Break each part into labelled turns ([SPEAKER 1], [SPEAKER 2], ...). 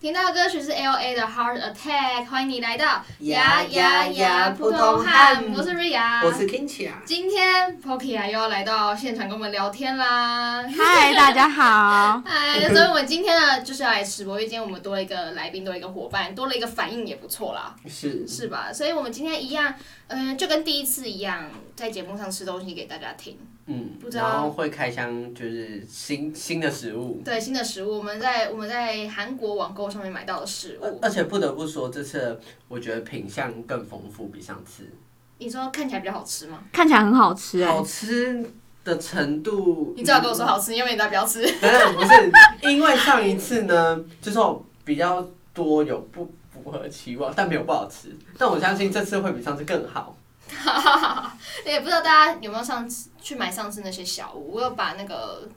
[SPEAKER 1] 听到的歌曲是 L A 的 Heart Attack，欢迎你来到
[SPEAKER 2] 呀呀呀普通汉
[SPEAKER 1] 我是瑞亚，
[SPEAKER 2] Kimchi 啊，
[SPEAKER 1] 今天 Poki 啊又要来到现场跟我们聊天啦。。
[SPEAKER 3] 嗨，大家好
[SPEAKER 1] 哎，所以我们今天呢，就是要来直播，因为今天我们多了一个来宾，多了一个伙伴，多了一个反应也不错啦，
[SPEAKER 2] 是
[SPEAKER 1] 是吧？所以我们今天一样，嗯、就跟第一次一样，在节目上吃东西给大家听。
[SPEAKER 2] 嗯
[SPEAKER 1] 不知道
[SPEAKER 2] 然后会开箱就是新新的食物，
[SPEAKER 1] 对，新的食物，我们在我们在韩国网购上面买到的食
[SPEAKER 2] 而
[SPEAKER 1] 物，
[SPEAKER 2] 而且不得不说，这次我觉得品相更丰富，比上次
[SPEAKER 1] 你说看起来比较好吃吗？
[SPEAKER 3] 看起来很好吃哎、
[SPEAKER 2] 好吃的程度，
[SPEAKER 1] 你最好跟我 说好吃，要不然你才不要吃。
[SPEAKER 2] 等等，不是，因为上一次呢，就是我比较多有不符合期望，但没有不好吃。但我相信这次会比上次更好。
[SPEAKER 1] 也不知道大家有没有上次去买上次那些小物，我有把那个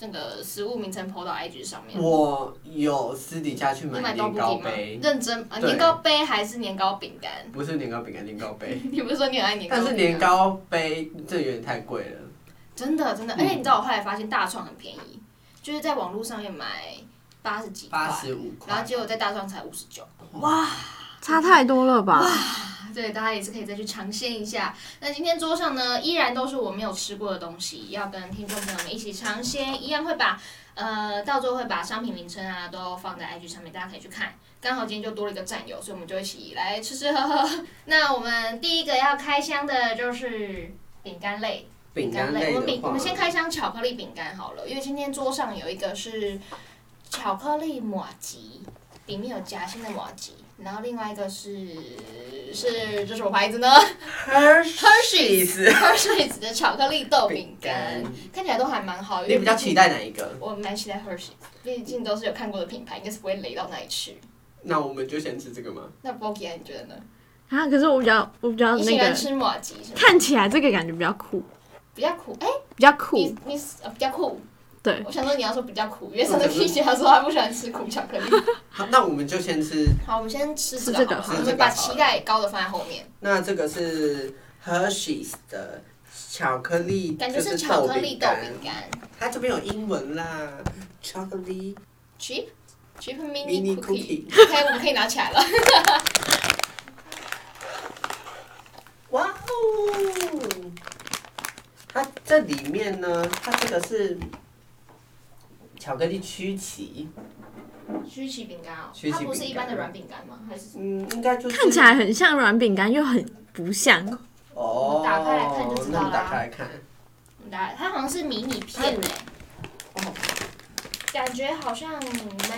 [SPEAKER 1] 那个食物名称 PO 到 IG 上面。
[SPEAKER 2] 我有私底下去
[SPEAKER 1] 嗯你买
[SPEAKER 2] 买
[SPEAKER 1] 糕
[SPEAKER 2] 年
[SPEAKER 1] 布
[SPEAKER 2] 糕
[SPEAKER 1] 丁吗
[SPEAKER 2] 杯？，
[SPEAKER 1] 认真啊，
[SPEAKER 2] 对
[SPEAKER 1] 年糕杯还是年糕饼干？
[SPEAKER 2] 不是年糕饼干，年糕 杯。
[SPEAKER 1] 你不是说你很爱年糕？
[SPEAKER 2] 但是年。糕杯这有点太贵了，
[SPEAKER 1] 真的真的，
[SPEAKER 2] 嗯
[SPEAKER 1] 而且你知道我后来发现大创很便宜，就是在网络上面买八十几
[SPEAKER 2] 八
[SPEAKER 1] 块，
[SPEAKER 2] 十五
[SPEAKER 1] 然后
[SPEAKER 2] 块。
[SPEAKER 1] 结果在大创才五十九。
[SPEAKER 3] 差太多了吧？
[SPEAKER 1] 对，大家也是可以再去尝鲜一下。那今天桌上呢，依然都是我没有吃过的东西，要跟听众朋友们一起尝鲜，一样会把呃，到最后会把商品名称啊都放在 IG 上面，大家可以去看。刚好今天就多了一个战友，所以我们就一起来吃吃喝喝。那我们第一个要开箱的就是饼干类，
[SPEAKER 2] 饼干类
[SPEAKER 1] 我们
[SPEAKER 2] 的
[SPEAKER 1] 饼我
[SPEAKER 2] 话
[SPEAKER 1] 们，先开箱巧克力饼干好了，因为今天桌上有一个是巧克力马吉，里面有夹心的马吉，然后另外一个是是这什么牌 子呢
[SPEAKER 2] Hershey's
[SPEAKER 1] ？Hershey's 的巧克力豆饼
[SPEAKER 2] 饼
[SPEAKER 1] 干
[SPEAKER 2] 干，，
[SPEAKER 1] 看起来都还蛮好。
[SPEAKER 2] 你比较期？待哪一个？
[SPEAKER 1] 我蛮期待 Hershey，毕竟都是有看过的品牌，应该是不会雷到哪里去。
[SPEAKER 2] 那我们就先吃这个吗？
[SPEAKER 1] 那 b o g i 你觉得呢？
[SPEAKER 3] 啊，可是我比较我比较
[SPEAKER 1] 你
[SPEAKER 3] 那
[SPEAKER 1] 喜欢
[SPEAKER 3] 个，
[SPEAKER 1] 吃马吉是吗？
[SPEAKER 3] 看起来这个感觉比较酷，
[SPEAKER 1] 比较苦，哎、
[SPEAKER 3] 比较酷
[SPEAKER 1] 你。你呃比较苦。
[SPEAKER 3] 对，
[SPEAKER 1] 我想说你要说比较苦，因为上次 P 姐她说她不喜欢吃苦巧克力。
[SPEAKER 2] 好，那我们就先吃
[SPEAKER 1] 好，我们先吃
[SPEAKER 3] 吃
[SPEAKER 1] 这
[SPEAKER 3] 这
[SPEAKER 1] 个
[SPEAKER 3] 个
[SPEAKER 1] 好了，
[SPEAKER 2] 吃
[SPEAKER 1] 我
[SPEAKER 2] 这
[SPEAKER 1] 们
[SPEAKER 2] 个
[SPEAKER 1] 把
[SPEAKER 2] 好了
[SPEAKER 1] 期待高的放在后面，
[SPEAKER 2] 那这个是 Hershey's 的巧克力，
[SPEAKER 1] 感觉
[SPEAKER 2] 就是
[SPEAKER 1] 巧克力豆
[SPEAKER 2] 豆
[SPEAKER 1] 饼
[SPEAKER 2] 饼
[SPEAKER 1] 干
[SPEAKER 2] 干。它这边有英文啦，Chocolate
[SPEAKER 1] ，cheap cheap mini
[SPEAKER 2] Mini
[SPEAKER 1] cookie。
[SPEAKER 2] Cookie。
[SPEAKER 1] OK，我们可以拿起来了。
[SPEAKER 2] 哇哦！它这里面呢，它这个是巧克力曲奇，
[SPEAKER 1] 曲奇饼干哦
[SPEAKER 2] 曲，
[SPEAKER 1] 它
[SPEAKER 2] 奇饼干
[SPEAKER 1] 不是一般的软饼干吗？还是什么
[SPEAKER 2] 嗯，应该就是
[SPEAKER 3] 看起来很像软饼干，又很不像。
[SPEAKER 2] 哦。
[SPEAKER 1] 打开来看就知道啦
[SPEAKER 2] 那你打开来看，
[SPEAKER 1] 我们来，它好像是迷你片的、
[SPEAKER 2] 哦
[SPEAKER 1] 感觉好像蛮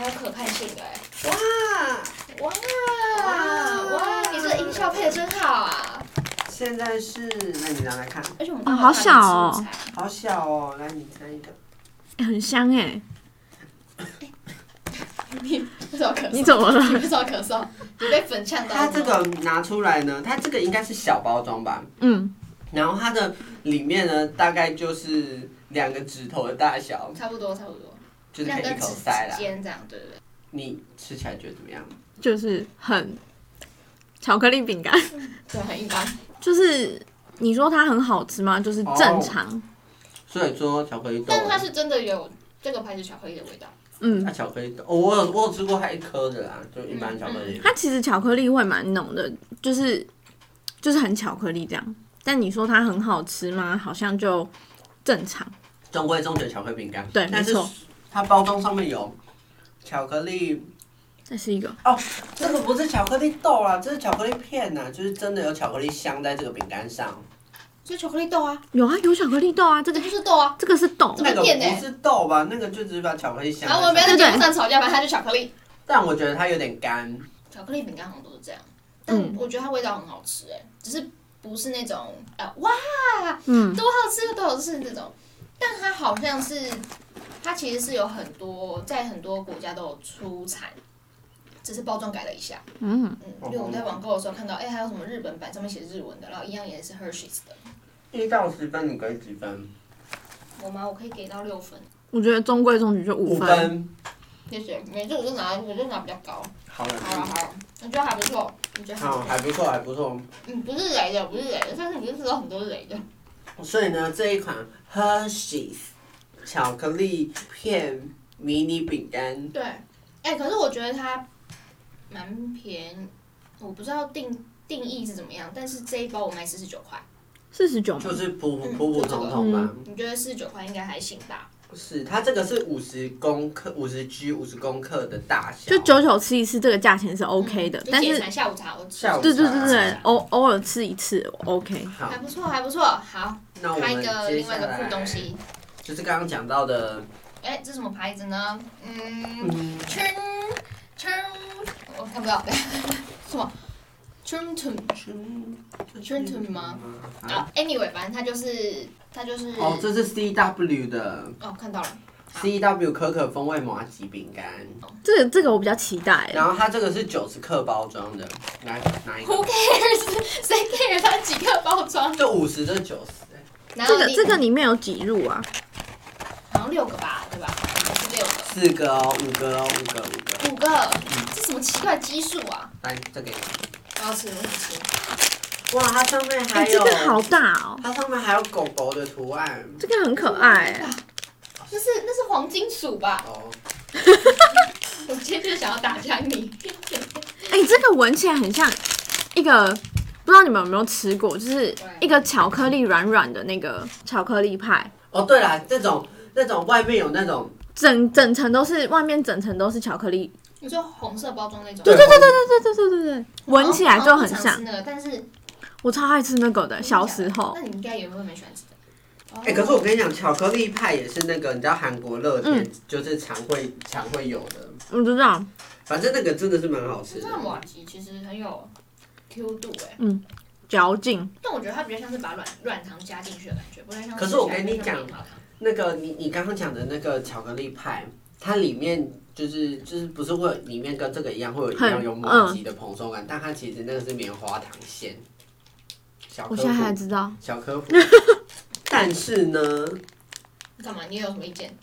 [SPEAKER 1] 有可看性的哎、
[SPEAKER 2] 哇！
[SPEAKER 1] 哇
[SPEAKER 2] 哇
[SPEAKER 1] 哇，你这个音效配的真好啊！
[SPEAKER 2] 现在是，那你拿来看，
[SPEAKER 1] 而且我们
[SPEAKER 3] 哦
[SPEAKER 1] 刚
[SPEAKER 3] 好小哦
[SPEAKER 1] 看了 食材
[SPEAKER 2] 好小哦，来你摘一个。
[SPEAKER 3] 欸很香哎、
[SPEAKER 1] 你为什么咳嗽？
[SPEAKER 3] 你怎 么了？
[SPEAKER 1] 你为什么咳嗽？你被粉呛到了
[SPEAKER 2] 它
[SPEAKER 1] 吗？
[SPEAKER 2] 这个拿出来呢，它这个应该是小包装吧？
[SPEAKER 3] 嗯，
[SPEAKER 2] 然后它的里面呢，大概就是两个指头的大小，
[SPEAKER 1] 差不多差不多，
[SPEAKER 2] 就是可
[SPEAKER 1] 两
[SPEAKER 2] 以
[SPEAKER 1] 个
[SPEAKER 2] 一
[SPEAKER 1] 指
[SPEAKER 2] 口塞
[SPEAKER 1] 指
[SPEAKER 2] 啦。
[SPEAKER 1] 尖这样，对不对？
[SPEAKER 2] 你吃起来觉得怎么样？
[SPEAKER 3] 就是很巧克力饼干，
[SPEAKER 1] 对，很一般。
[SPEAKER 3] 就是你说它很好吃吗？就是正常。
[SPEAKER 2] 所以说巧克力豆，
[SPEAKER 1] 但是它是真的有这个牌子巧克力的味道，
[SPEAKER 3] 嗯，
[SPEAKER 2] 它巧克力豆，哦，我有我有吃过它一颗的啦，就一般巧克力。
[SPEAKER 3] 它其实巧克力味蛮浓的，就是就是很巧克力这样。但你说它很好吃吗？好像就正常。
[SPEAKER 2] 中规中矩的巧克力饼干，
[SPEAKER 3] 对
[SPEAKER 2] 但是
[SPEAKER 3] 没错
[SPEAKER 2] 它包装上面有巧克力，哦
[SPEAKER 3] 这是一个
[SPEAKER 2] 这个不是巧克力豆啊啦，这是巧克力片呐，就是真的有巧克力香在这个饼干上。
[SPEAKER 1] 这巧克力豆啊，
[SPEAKER 3] 有啊，有巧克力豆啊，这
[SPEAKER 1] 这
[SPEAKER 3] 个
[SPEAKER 1] 就是豆啊。
[SPEAKER 3] 这个是豆，
[SPEAKER 1] 怎么
[SPEAKER 2] 那个
[SPEAKER 1] 片呢啊
[SPEAKER 2] 不是豆吧？那个就只是把巧克力香
[SPEAKER 1] 然后我们不
[SPEAKER 2] 在
[SPEAKER 1] 要
[SPEAKER 2] 上。
[SPEAKER 1] 在节目上吵架，反正它就巧克力。
[SPEAKER 2] 但我觉得它有点干，
[SPEAKER 1] 巧克力饼干好像都是这样，但我觉得它味道很好吃、哎，只是不是那种啊、哇
[SPEAKER 3] 嗯，
[SPEAKER 1] 多好吃多好吃那种，但它好像是它其实是有很多在很多国家都有出产，只是包装改了一下。
[SPEAKER 3] 嗯，
[SPEAKER 1] 嗯，因为我们在网购的时候看到，哎，还有什么日本版上面写日文的，然后一样也是 Hershey's 的。
[SPEAKER 2] 一到十分你给几分？
[SPEAKER 1] 我吗？我可以给到六分，
[SPEAKER 3] 我觉得中规中矩就五分。
[SPEAKER 2] 分。
[SPEAKER 1] 谢谢。每次我都拿，我都拿比较高。
[SPEAKER 2] 好了，
[SPEAKER 1] 好了好了，我觉得还不错，我觉得还
[SPEAKER 2] 好，
[SPEAKER 1] 不错。
[SPEAKER 2] 还不错，还不错。
[SPEAKER 1] 嗯，不是雷的，不是雷的，但是你就知道很多雷的。
[SPEAKER 2] 所以呢，这一款 Hershey's 巧克力片迷你饼干，
[SPEAKER 1] 对，哎、可是我觉得它蛮便宜，我不知道定定义是怎么样，但是这一包我卖四十九块，
[SPEAKER 3] 四十九，
[SPEAKER 2] 就是普普普普通通
[SPEAKER 3] 嗯就这
[SPEAKER 2] 嘛。
[SPEAKER 1] 你觉得四十九块应该还行吧？
[SPEAKER 2] 是，它这个是五十公克、五十 G、五十公克的大小，
[SPEAKER 3] 就九九吃一次，这个价钱是 OK 的
[SPEAKER 1] 嗯，就
[SPEAKER 3] 但
[SPEAKER 1] 解
[SPEAKER 3] 是
[SPEAKER 1] 馋下午茶我吃，
[SPEAKER 2] 下午茶
[SPEAKER 3] 对对对对
[SPEAKER 1] 嗯，
[SPEAKER 3] 偶偶尔吃一次 OK。
[SPEAKER 2] 好
[SPEAKER 1] 还，不错，还不错。好，
[SPEAKER 2] 那我
[SPEAKER 1] 拍一
[SPEAKER 2] 们
[SPEAKER 1] 个
[SPEAKER 2] 接
[SPEAKER 1] 另外
[SPEAKER 2] 下
[SPEAKER 1] 一个
[SPEAKER 2] 来
[SPEAKER 1] 酷东西。
[SPEAKER 2] 就是刚刚讲到的，
[SPEAKER 1] 哎、这是什么牌子呢？嗯
[SPEAKER 2] 嗯，
[SPEAKER 1] ，Churn Churn，我看不到，什么 Churn t u n
[SPEAKER 2] 嗯
[SPEAKER 1] 圈臀吗？
[SPEAKER 2] 啊，
[SPEAKER 1] 啊，anyway，反正它就是它就是
[SPEAKER 2] 哦，这是 C W 的
[SPEAKER 1] 哦，看到了，
[SPEAKER 2] C W 可可风味麻吉饼干，
[SPEAKER 3] 这个这个我比较期待，
[SPEAKER 2] 然后它这个是九十克包装的，来拿一
[SPEAKER 1] Who
[SPEAKER 2] 个，
[SPEAKER 1] cares？谁 care 它几个包装？
[SPEAKER 2] 这五十这九十，
[SPEAKER 1] 然
[SPEAKER 3] 这
[SPEAKER 1] 后
[SPEAKER 3] 个
[SPEAKER 1] 你
[SPEAKER 3] 这个里面有几入啊？
[SPEAKER 1] 好像六个吧，对吧？是六个，
[SPEAKER 2] 四个哦，五个哦，五个五个，
[SPEAKER 1] 五个，这什么奇怪基数啊？
[SPEAKER 2] 来这给你，
[SPEAKER 1] 我要吃，我想吃。
[SPEAKER 2] 哇，它上面
[SPEAKER 3] 哎，
[SPEAKER 2] 还
[SPEAKER 3] 这
[SPEAKER 2] 有，
[SPEAKER 3] 个好大哦，
[SPEAKER 2] 它上面还有狗狗的图案，
[SPEAKER 3] 这个很可爱。
[SPEAKER 1] 那是那是黄金鼠吧？
[SPEAKER 2] 哦，
[SPEAKER 1] 我今天就是想要打枪你。
[SPEAKER 3] 哎、这个闻起来很像一个，不知道你们有没有吃过，就是一个巧克力软软的那个巧克力派，
[SPEAKER 2] 哦对啦，这种那种外面有那种，
[SPEAKER 3] 整整层都是，外面整层都是巧克力。
[SPEAKER 1] 你说红色包装那种？
[SPEAKER 3] 对
[SPEAKER 2] 对
[SPEAKER 3] 对对对对对对对对，闻起来就
[SPEAKER 1] 我
[SPEAKER 3] 很
[SPEAKER 1] 好像
[SPEAKER 3] 像
[SPEAKER 1] 不常吃。那个，但是
[SPEAKER 3] 我超爱吃那个的，小时候
[SPEAKER 1] 那你应该也会蛮喜欢吃的。
[SPEAKER 2] 哎、可是我跟你讲，巧克力派也是那个，你知道韩国乐天、
[SPEAKER 3] 嗯
[SPEAKER 2] 就是常会常会有的，
[SPEAKER 3] 我知道，
[SPEAKER 2] 反正那个真的是蛮好吃的
[SPEAKER 1] 这。马吉其实很有 Q 度哎、
[SPEAKER 3] 嚼劲。
[SPEAKER 1] 但我觉得它比较像是把软软糖加进去的感觉，不太像吃起来像
[SPEAKER 2] 可是我跟你讲
[SPEAKER 1] 棉花糖
[SPEAKER 2] 那个你你刚刚讲的那个巧克力派，它里面就是就是不是会有里面跟这个一样会有一样
[SPEAKER 3] 很嗯
[SPEAKER 2] 有马吉的蓬松感，但它其实那个是棉花糖馅。小
[SPEAKER 3] 我
[SPEAKER 2] 科
[SPEAKER 3] 现在还
[SPEAKER 2] 普，
[SPEAKER 3] 知道，
[SPEAKER 2] 小科普。 但是呢，
[SPEAKER 1] 你干嘛？你有什么意见？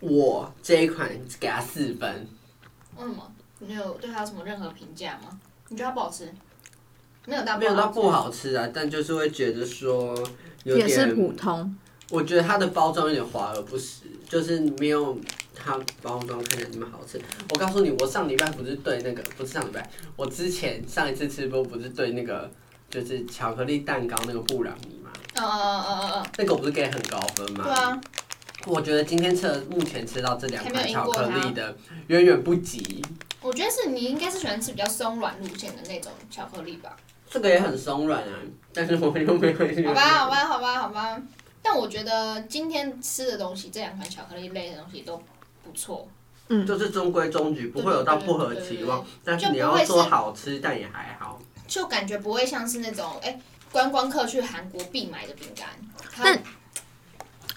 [SPEAKER 2] 我这一款只给它四分，
[SPEAKER 1] 为什么？你有对它有什么任何评价吗？你觉得它不好吃？没有到
[SPEAKER 2] 没有到
[SPEAKER 1] 不
[SPEAKER 2] 不
[SPEAKER 1] 好
[SPEAKER 2] 好吃啊，但就是会觉得说有
[SPEAKER 3] 也
[SPEAKER 2] 点
[SPEAKER 3] 是普通。
[SPEAKER 2] 我觉得它的包装有点华而不实，就是没有它包装看起来那么好吃。我告诉你，我上礼拜不是对那个，不是上礼拜，我之前上一次吃播不是对那个，就是巧克力蛋糕那个布朗尼嘛，
[SPEAKER 1] 吃。嗯嗯嗯嗯嗯
[SPEAKER 2] 那个我不是给很高分
[SPEAKER 1] 嗯，
[SPEAKER 2] 吗？
[SPEAKER 1] 对啊，
[SPEAKER 2] 我觉得今天吃的目前吃到这两
[SPEAKER 1] 还
[SPEAKER 2] 款
[SPEAKER 1] 没有赢
[SPEAKER 2] 巧
[SPEAKER 1] 过
[SPEAKER 2] 克
[SPEAKER 1] 它
[SPEAKER 2] 力的，远远不及。
[SPEAKER 1] 我觉得是你应该是喜欢吃比较松软路线的那种巧克力吧？
[SPEAKER 2] 这个也很松软啊，但是我又没有。
[SPEAKER 1] 好吧，好。吧，好吧，好吧。但我觉得今天吃的东西，这两款巧克力类的东西都不错，
[SPEAKER 2] 就是中规中矩，不会有到不合期望，但是
[SPEAKER 1] 就
[SPEAKER 2] 你
[SPEAKER 1] 不
[SPEAKER 2] 要
[SPEAKER 1] 会
[SPEAKER 2] 说
[SPEAKER 1] 是
[SPEAKER 2] 好吃，但也还好。
[SPEAKER 1] 就感觉不会像是那种哎、观光客去韩国必买的饼干。它
[SPEAKER 3] 但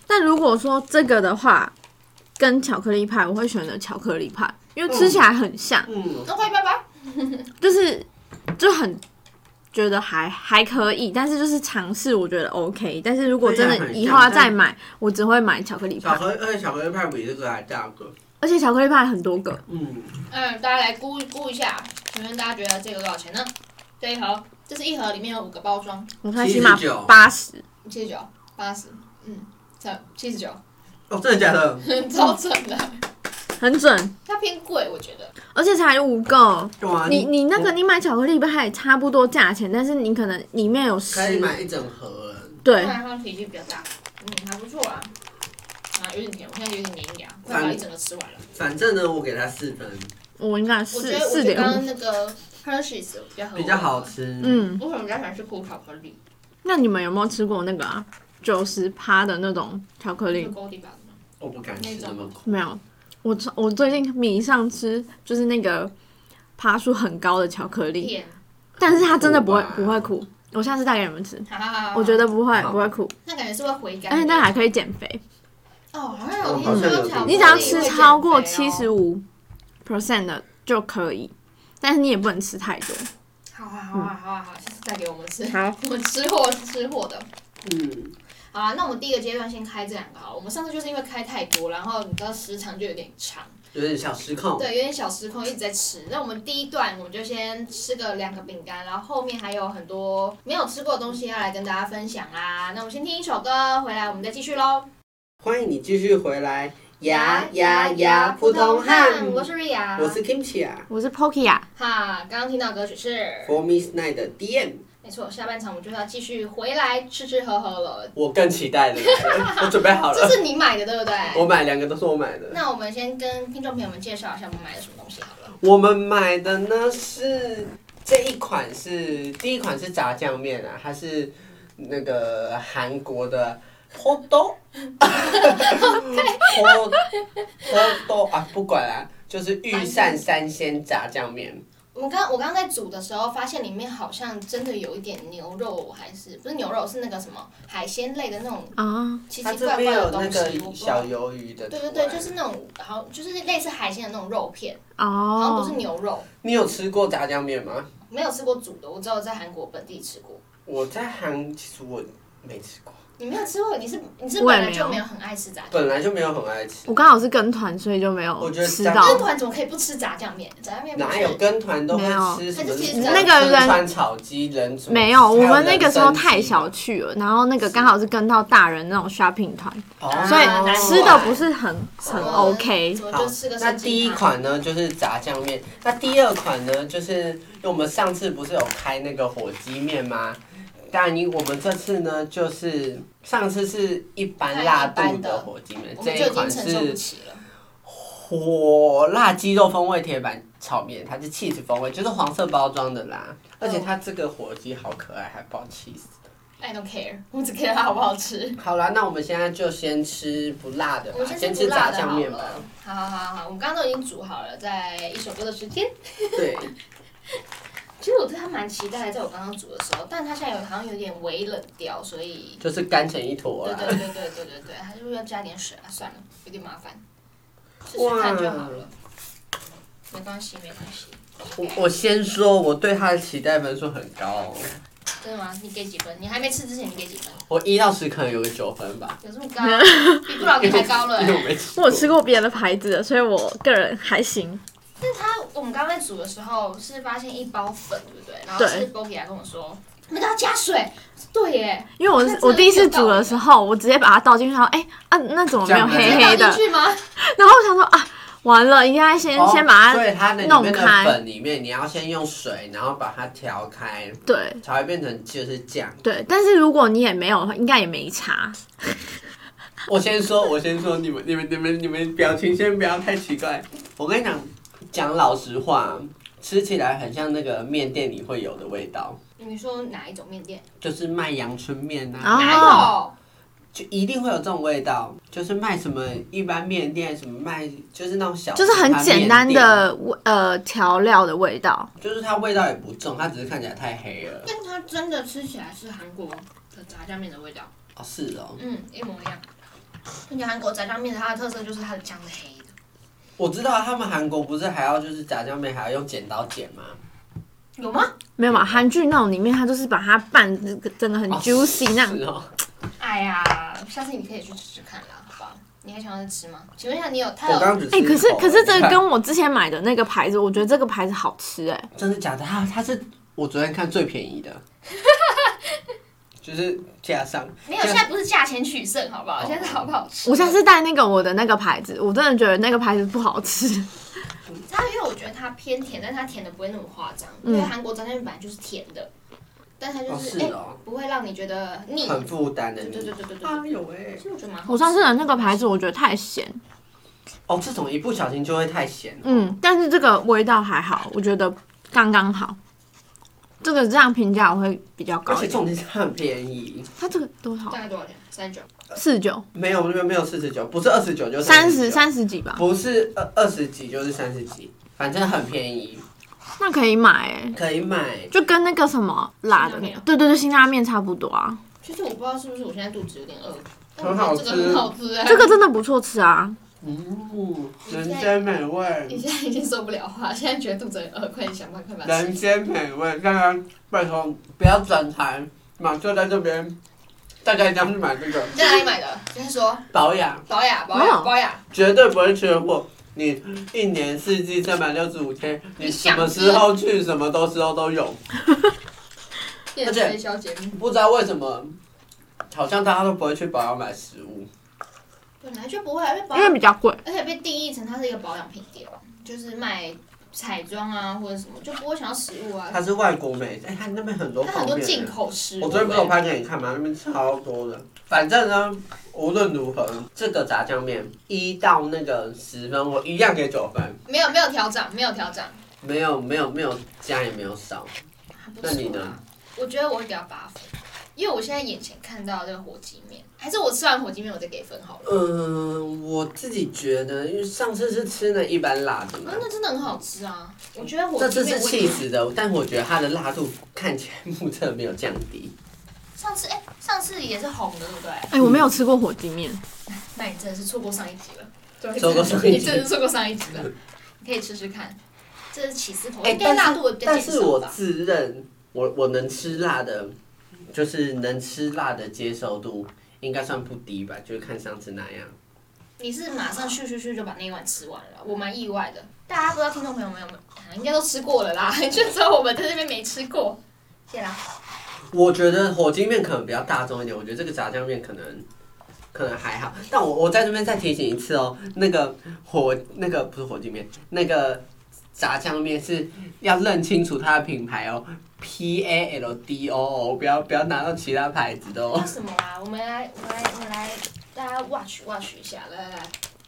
[SPEAKER 3] 但如果说这个的话，跟巧克力派，我会选择巧克力派，因为吃起来很像，
[SPEAKER 2] 嗯，
[SPEAKER 1] 那快拜拜。
[SPEAKER 3] 就是就很觉得还还可以，但是就是尝试我觉得 OK。但是如果真
[SPEAKER 2] 对啊
[SPEAKER 3] 的
[SPEAKER 2] 很
[SPEAKER 3] 以后要
[SPEAKER 2] 像
[SPEAKER 3] 再买，我只会买巧克力
[SPEAKER 2] 巧
[SPEAKER 3] 派，
[SPEAKER 2] 克力，而且巧克力派比这个还大个。
[SPEAKER 3] 而且巧克力派很多个，
[SPEAKER 2] 嗯，
[SPEAKER 1] 嗯，大家来估估一下，请问大家觉得这个多少钱呢？这一盒，这是一盒，里面有五个包装，
[SPEAKER 3] 我猜起码
[SPEAKER 2] 79
[SPEAKER 3] 八十。
[SPEAKER 1] 七十九、八十，嗯，这七十九，
[SPEAKER 2] 哦，真的假的？
[SPEAKER 1] 超准的。
[SPEAKER 3] 很准，
[SPEAKER 1] 它偏贵，我觉得。
[SPEAKER 3] 而且才五个。
[SPEAKER 2] 对啊，
[SPEAKER 3] 你你那个
[SPEAKER 2] 我
[SPEAKER 3] 你买巧克力派差不多价钱，但是你可能里面有
[SPEAKER 2] 可以
[SPEAKER 3] 十，
[SPEAKER 2] 买一整盒了。
[SPEAKER 3] 对，
[SPEAKER 1] 然它体积比较大，嗯，还不错啊。啊，有点甜，我现在有点黏牙，快把一整个吃完了。
[SPEAKER 2] 反正呢，我给它四分，
[SPEAKER 3] 我应该
[SPEAKER 1] 我
[SPEAKER 3] 四
[SPEAKER 1] 觉得，我
[SPEAKER 3] 四
[SPEAKER 1] 觉得
[SPEAKER 3] 点
[SPEAKER 1] 刚
[SPEAKER 3] 五。
[SPEAKER 1] 刚那个 Hershey's 比较合我
[SPEAKER 2] 比较好。吃。，
[SPEAKER 3] 嗯，
[SPEAKER 1] 我可能比较喜欢吃苦巧克力，
[SPEAKER 3] 那你们有没有吃过那个啊？九十趴的那种巧克
[SPEAKER 1] 是
[SPEAKER 3] 力？
[SPEAKER 1] 高地吧的吗？
[SPEAKER 2] 我不敢吃那么苦。
[SPEAKER 3] 没有，我从我最近迷上吃就是那个趴数很高的巧克力，
[SPEAKER 1] 甜，
[SPEAKER 3] 但是它真的不会
[SPEAKER 2] 苦吧
[SPEAKER 3] 不会苦。我下次带给你们吃，
[SPEAKER 1] 哈哈哈。
[SPEAKER 3] 我觉得不会
[SPEAKER 2] 好
[SPEAKER 3] 不会苦，
[SPEAKER 1] 那感觉是会回甘的。
[SPEAKER 3] 而且那还可以减肥。
[SPEAKER 1] 哦，好像有
[SPEAKER 2] 哦好
[SPEAKER 1] 听
[SPEAKER 2] 像
[SPEAKER 1] 说
[SPEAKER 2] 有听
[SPEAKER 1] 巧克力
[SPEAKER 3] 你
[SPEAKER 1] 会
[SPEAKER 3] 只要吃超过
[SPEAKER 1] 减肥
[SPEAKER 3] 七
[SPEAKER 1] 哦
[SPEAKER 3] 十五 percent 的就可以。但是你也不能吃太多。
[SPEAKER 1] 好啊，好啊，好啊，好啊，下次再给我们吃，
[SPEAKER 3] 好，
[SPEAKER 1] 我们吃货吃货的。
[SPEAKER 2] 嗯，
[SPEAKER 1] 好啊，那我们第一个阶段先开这两个好了。我们上次就是因为开太多，然后你知道时长就有点长，
[SPEAKER 2] 有点小失控。
[SPEAKER 1] 对，有点小失控，一直在吃。那我们第一段我们就先吃个两个饼干，然后后面还有很多没有吃过的东西要来跟大家分享啦。那我们先听一首歌，回来我们再继续喽。
[SPEAKER 2] 欢迎你继续回来，呀呀呀，普通汉，
[SPEAKER 1] 我是瑞雅，
[SPEAKER 2] 我是 Kimchi 啊
[SPEAKER 3] 我是 Poki 啊，
[SPEAKER 1] 哈，刚刚听到的歌曲是。
[SPEAKER 2] ，For Miss Night 的 DM，
[SPEAKER 1] 没错，下半场我们就是要继续回来吃吃喝喝了。
[SPEAKER 2] 我更期待了， 我准备好
[SPEAKER 1] 这
[SPEAKER 2] 了，
[SPEAKER 1] 是你买的对不对？
[SPEAKER 2] 我买两个都是我买的，
[SPEAKER 1] 那我们先跟听众朋友们介绍一下我们买了什么东西好了。
[SPEAKER 2] 我们买的呢是这一款是第一款是炸酱面啊，它是那个韩国的 h o d o h o d o 啊，不管啦、就是御膳三鲜炸酱面，
[SPEAKER 1] 我刚我刚在煮的时候，发现里面好像真的有一点牛肉，还是不是牛肉，是那个什么海鲜类的那种
[SPEAKER 3] 啊，
[SPEAKER 1] 奇
[SPEAKER 2] 它
[SPEAKER 1] 奇
[SPEAKER 2] 这
[SPEAKER 1] 怪怪
[SPEAKER 2] 边
[SPEAKER 1] 的
[SPEAKER 2] 有那
[SPEAKER 1] 东西。
[SPEAKER 2] 个
[SPEAKER 1] 我不知道
[SPEAKER 2] 小鱿鱼的图
[SPEAKER 1] 对
[SPEAKER 2] 案，
[SPEAKER 1] 对对，就是那种好，就是类似海鲜的那种肉片，好像不是
[SPEAKER 3] 哦，
[SPEAKER 1] 牛肉。
[SPEAKER 2] 你有吃过炸酱面吗？
[SPEAKER 1] 没有吃过煮的，我只有在韩国本地吃过。
[SPEAKER 2] 我在韩，其实我没吃过，
[SPEAKER 1] 你没有吃过？你是你是
[SPEAKER 3] 我也
[SPEAKER 1] 本来
[SPEAKER 3] 没有
[SPEAKER 1] 就没有很爱吃炸酱面？
[SPEAKER 2] 本来就没有很爱吃，
[SPEAKER 3] 我刚好是跟团，所以就没有
[SPEAKER 2] 我觉得这
[SPEAKER 3] 吃
[SPEAKER 2] 样
[SPEAKER 3] 到
[SPEAKER 2] 好。
[SPEAKER 1] 跟团怎么可以不吃炸酱面？炸酱面不
[SPEAKER 2] 哪
[SPEAKER 1] 是
[SPEAKER 2] 有跟团都会
[SPEAKER 3] 没有
[SPEAKER 2] 吃什
[SPEAKER 1] 他
[SPEAKER 2] 么
[SPEAKER 1] 就
[SPEAKER 2] 四
[SPEAKER 1] 是
[SPEAKER 2] 川
[SPEAKER 1] 那
[SPEAKER 3] 个人
[SPEAKER 2] 四川炒鸡人煮？
[SPEAKER 3] 没有，我
[SPEAKER 2] 还
[SPEAKER 3] 们那个时候
[SPEAKER 2] 人参鸡
[SPEAKER 3] 太小去了，然后那个刚好是跟到大人那种 shopping 团，
[SPEAKER 2] 哦
[SPEAKER 3] 所以
[SPEAKER 1] 难
[SPEAKER 3] 吃的不是很很
[SPEAKER 1] 哦
[SPEAKER 3] OK。
[SPEAKER 1] 我
[SPEAKER 2] 好
[SPEAKER 1] 就吃个，
[SPEAKER 2] 那
[SPEAKER 1] 生鸡
[SPEAKER 2] 第一
[SPEAKER 1] 汤
[SPEAKER 2] 款呢就是炸酱面，那第二款呢就是因为我们上次不是有开那个火鸡面吗？但你我们这次呢就是上次是一般辣
[SPEAKER 1] 开一般
[SPEAKER 2] 度
[SPEAKER 1] 的
[SPEAKER 2] 的火鸡面，
[SPEAKER 1] 我
[SPEAKER 2] 这
[SPEAKER 1] 们就
[SPEAKER 2] 一
[SPEAKER 1] 已经
[SPEAKER 2] 款
[SPEAKER 1] 承受不
[SPEAKER 2] 是
[SPEAKER 1] 起了。
[SPEAKER 2] 火辣鸡肉风味铁板炒面，它是 cheese 风味，就是黄色包装的啦。而
[SPEAKER 1] 哦
[SPEAKER 2] 且它这个火鸡好可爱，还包 cheese。
[SPEAKER 1] I don't care，我只 care 它好不好吃。
[SPEAKER 2] 好啦，那我们现在就先吃不辣的
[SPEAKER 1] 我
[SPEAKER 2] 吧
[SPEAKER 1] 们，先
[SPEAKER 2] 先
[SPEAKER 1] 吃
[SPEAKER 2] 吃
[SPEAKER 1] 不辣
[SPEAKER 2] 炸
[SPEAKER 1] 的
[SPEAKER 2] 酱
[SPEAKER 1] 好
[SPEAKER 2] 面吧
[SPEAKER 1] 了。。好好好好，我们刚刚都已经煮好了，在一首歌的时间。
[SPEAKER 2] 对，
[SPEAKER 1] 其实我对它蛮期待的，在我刚刚煮的时候，但它现在有好像有点微冷掉，所以
[SPEAKER 2] 就是干成一坨啊
[SPEAKER 1] 对
[SPEAKER 2] 啦。
[SPEAKER 1] 对对对对对对，它是不是要加点水啊？算了，有点麻烦，试试看就好了。没关系，没关系。
[SPEAKER 2] 我我先说，我对它的期待分数很高、哦，
[SPEAKER 1] 真的吗？你给几分？你还没吃之前你给几分？
[SPEAKER 2] 我一到十可能有个九分吧，
[SPEAKER 1] 有这么高？比布朗尼还高了、
[SPEAKER 2] 因为
[SPEAKER 1] 欸。
[SPEAKER 2] 我没吃过。
[SPEAKER 3] 我有吃过别的牌子的，所以我个人还行。
[SPEAKER 1] 但它我们刚刚在煮的时候是发现一包粉，对不对？然后
[SPEAKER 3] 对
[SPEAKER 1] 是 b o g i 来跟我说，你们都要加水。对耶，
[SPEAKER 3] 因为我
[SPEAKER 1] 那
[SPEAKER 3] 是
[SPEAKER 1] 真的
[SPEAKER 3] 我第一次煮的时候，我直接把它倒进去，然后哎、啊，那怎么没有黑
[SPEAKER 1] 真的倒
[SPEAKER 3] 黑的
[SPEAKER 1] 进？去吗？
[SPEAKER 3] 然后我想说啊，完了，应该先、
[SPEAKER 2] 哦
[SPEAKER 3] 先把它
[SPEAKER 2] 所以它的里
[SPEAKER 3] 弄
[SPEAKER 2] 面的
[SPEAKER 3] 开
[SPEAKER 2] 粉里面，你要先用水，然后把它调开，
[SPEAKER 3] 对
[SPEAKER 2] 才会变成就是酱。
[SPEAKER 3] 对。但是如果你也没有的话，应该也没差。
[SPEAKER 2] 我先说，我先说，你们你们你们你们表情先不要太奇怪。我跟你讲，讲老实话，吃起来很像那个面店里会有的味道。
[SPEAKER 1] 你说哪一种面店？
[SPEAKER 2] 就是卖阳春面呐、
[SPEAKER 3] 哦
[SPEAKER 1] 哪
[SPEAKER 2] 啊，
[SPEAKER 1] 有？
[SPEAKER 2] 就一定会有这种味道，就是卖什么一般面店，什么卖就是那种小，
[SPEAKER 3] 就是很简单，的味呃调料的味道，
[SPEAKER 2] 就是它味道也不重，它只是看起来太黑了。
[SPEAKER 1] 但它真的吃起来是韩国的炸酱面的味道，
[SPEAKER 2] 哦，是哦，
[SPEAKER 1] 嗯，一模一样。而且韩国炸酱面它的特色就是它的酱是黑的，
[SPEAKER 2] 我知道他们韩国不是还要就是炸酱面还要用剪刀剪吗？
[SPEAKER 1] 有吗？
[SPEAKER 3] 没有嘛？韩剧那种里面，它就是把它拌这个真的很
[SPEAKER 2] 哦
[SPEAKER 3] juicy 那样。
[SPEAKER 2] 是哦，
[SPEAKER 1] 哎呀，下次你可以去吃吃看啦，好不好？你还想要再吃吗？请问一下，你有它
[SPEAKER 2] 我刚
[SPEAKER 1] 有
[SPEAKER 2] 刚只吃
[SPEAKER 3] 哎、
[SPEAKER 2] 一口
[SPEAKER 3] 可是可是这
[SPEAKER 2] 你
[SPEAKER 3] 个
[SPEAKER 2] 看
[SPEAKER 3] 跟我之前买的那个牌子，我觉得这个牌子好吃哎、
[SPEAKER 2] 真的假的？它它是我昨天看最便宜的，就是加上
[SPEAKER 1] 没有？现在不是价钱取胜，好不好？
[SPEAKER 2] 哦
[SPEAKER 1] 现在是好不好吃？
[SPEAKER 3] 我下次带那个我的那个牌子，我真的觉得那个牌子不好吃。
[SPEAKER 1] 它因为我觉得它偏甜，但它甜的不会那么夸张，
[SPEAKER 3] 嗯
[SPEAKER 1] 因为韩国炸酱面本来就是甜的，但它就
[SPEAKER 2] 哦
[SPEAKER 1] 是
[SPEAKER 2] 是
[SPEAKER 1] 哎、
[SPEAKER 2] 哦，
[SPEAKER 1] 不会让你觉得腻。
[SPEAKER 2] 很负担的
[SPEAKER 1] 对
[SPEAKER 2] 你。
[SPEAKER 1] 对对对对对。
[SPEAKER 2] 哎呦喂！
[SPEAKER 1] 啊其实我觉得蛮好吃。
[SPEAKER 3] 我上次的那个牌子，我觉得太咸，
[SPEAKER 2] 哦，这种一不小心就会太咸了。
[SPEAKER 3] 嗯，但是这个味道还好，我觉得刚刚好。这个这样评价我会比较
[SPEAKER 2] 而
[SPEAKER 3] 高
[SPEAKER 2] 且
[SPEAKER 3] 一点。
[SPEAKER 2] 重点是它很便宜，
[SPEAKER 3] 它这个多少
[SPEAKER 1] 大？概多少钱？三九。
[SPEAKER 3] 四十九、
[SPEAKER 2] 没有没有没有四十九，不是二十九就是
[SPEAKER 3] 三十、
[SPEAKER 2] 39，
[SPEAKER 3] 三十几吧，
[SPEAKER 2] 不是二二十几就是三十几，反正很便宜，
[SPEAKER 3] 那可以买、欸，
[SPEAKER 2] 可以买。
[SPEAKER 3] 就跟那个什么辣
[SPEAKER 1] 辛
[SPEAKER 3] 的
[SPEAKER 1] 拉
[SPEAKER 3] 那
[SPEAKER 1] 面
[SPEAKER 3] 个
[SPEAKER 1] 啊，
[SPEAKER 3] 对对对，辛拉面差不多啊。
[SPEAKER 1] 其实我不知道是不是我现在肚子有点饿，哦
[SPEAKER 2] 很好吃
[SPEAKER 1] 但我觉得这个很好吃哎、
[SPEAKER 3] 这个真的不错吃啊，
[SPEAKER 2] 嗯，人间美
[SPEAKER 1] 你
[SPEAKER 2] 味，
[SPEAKER 1] 现在已经受不了话，现在觉得肚子很饿，快点想办法，快把它吃
[SPEAKER 2] 人间美味，大家拜托不要转台，马就在这边，大家一定要去买这个
[SPEAKER 1] 在哪里买的？就是说
[SPEAKER 2] 保养，
[SPEAKER 1] 保养，保养，
[SPEAKER 3] 哦
[SPEAKER 1] 保养，
[SPEAKER 2] 绝对不会缺货。你一年四季三百六十五天，你什么时候去，什么都时候都有。
[SPEAKER 1] 变成推销节目。
[SPEAKER 2] 不知道为什么，好像大家都不会去保养买食物。
[SPEAKER 1] 本来就不会，因为保
[SPEAKER 3] 因为
[SPEAKER 1] 养，
[SPEAKER 3] 比较贵。
[SPEAKER 1] 而且被定义成它是一个保养品店，就是卖彩妆啊或者什么，就不会想要食物啊。
[SPEAKER 2] 它是外国美，哎、它那边很多
[SPEAKER 1] 它很多
[SPEAKER 2] 泡面
[SPEAKER 1] 进口食物，欸
[SPEAKER 2] 我昨天不是有拍给你看吗？那边超多的。反正呢，无论如何，这个炸酱面一到那个十分，我一样给九分，
[SPEAKER 1] 没有没有调涨，没有调涨，
[SPEAKER 2] 没有没有没有加也没有少。
[SPEAKER 1] 还不错
[SPEAKER 2] 那
[SPEAKER 1] 啊
[SPEAKER 2] 你呢？
[SPEAKER 1] 我觉得我会给它八分，因为我现在眼前看到这个火鸡面，还是我吃完火鸡面我再给分好了。
[SPEAKER 2] 嗯、我自己觉得，因为上次是吃那一般辣的嘛
[SPEAKER 1] 啊，，那真的很好吃啊！我觉得火
[SPEAKER 2] 嗯
[SPEAKER 1] 鸡
[SPEAKER 2] 这次
[SPEAKER 1] 面
[SPEAKER 2] 是
[SPEAKER 1] 我
[SPEAKER 2] 气死的，但我觉得它的辣度看起来目测没有降低。
[SPEAKER 1] 上次哎、上次也是红的，对不对？
[SPEAKER 3] 哎、我没有吃过火鸡面，
[SPEAKER 1] 那你真的是错过上一集了，对
[SPEAKER 2] 错过上一集
[SPEAKER 1] 你真的是错过上一集了。你可以吃吃看，这是起司头，
[SPEAKER 2] 哎
[SPEAKER 1] 应该
[SPEAKER 2] 但是
[SPEAKER 1] 辣度会比较
[SPEAKER 2] 但
[SPEAKER 1] 减
[SPEAKER 2] 是
[SPEAKER 1] 少
[SPEAKER 2] 我
[SPEAKER 1] 吧？
[SPEAKER 2] 自认我我能吃辣的，就是能吃辣的接受度应该算不低吧，就是看上次那样。
[SPEAKER 1] 你是马上去去去就把那一碗吃完了，我蛮意外的。大家不知道听众朋友们有没有，啊应该都吃过了啦，就只有我们在这边没吃过。谢啦。
[SPEAKER 2] 我觉得火鸡面可能比较大众一点，我觉得这个炸酱面可能可能还好。但我我在这边再提醒一次哦，那个火那个不是火鸡面，那个炸酱面是要认清楚它的品牌哦，P A L D O O，不要不要拿到其他牌子的哦
[SPEAKER 1] 那，什么啊？我们来，我们来，我们来，大家 watch watch 一下，来来来，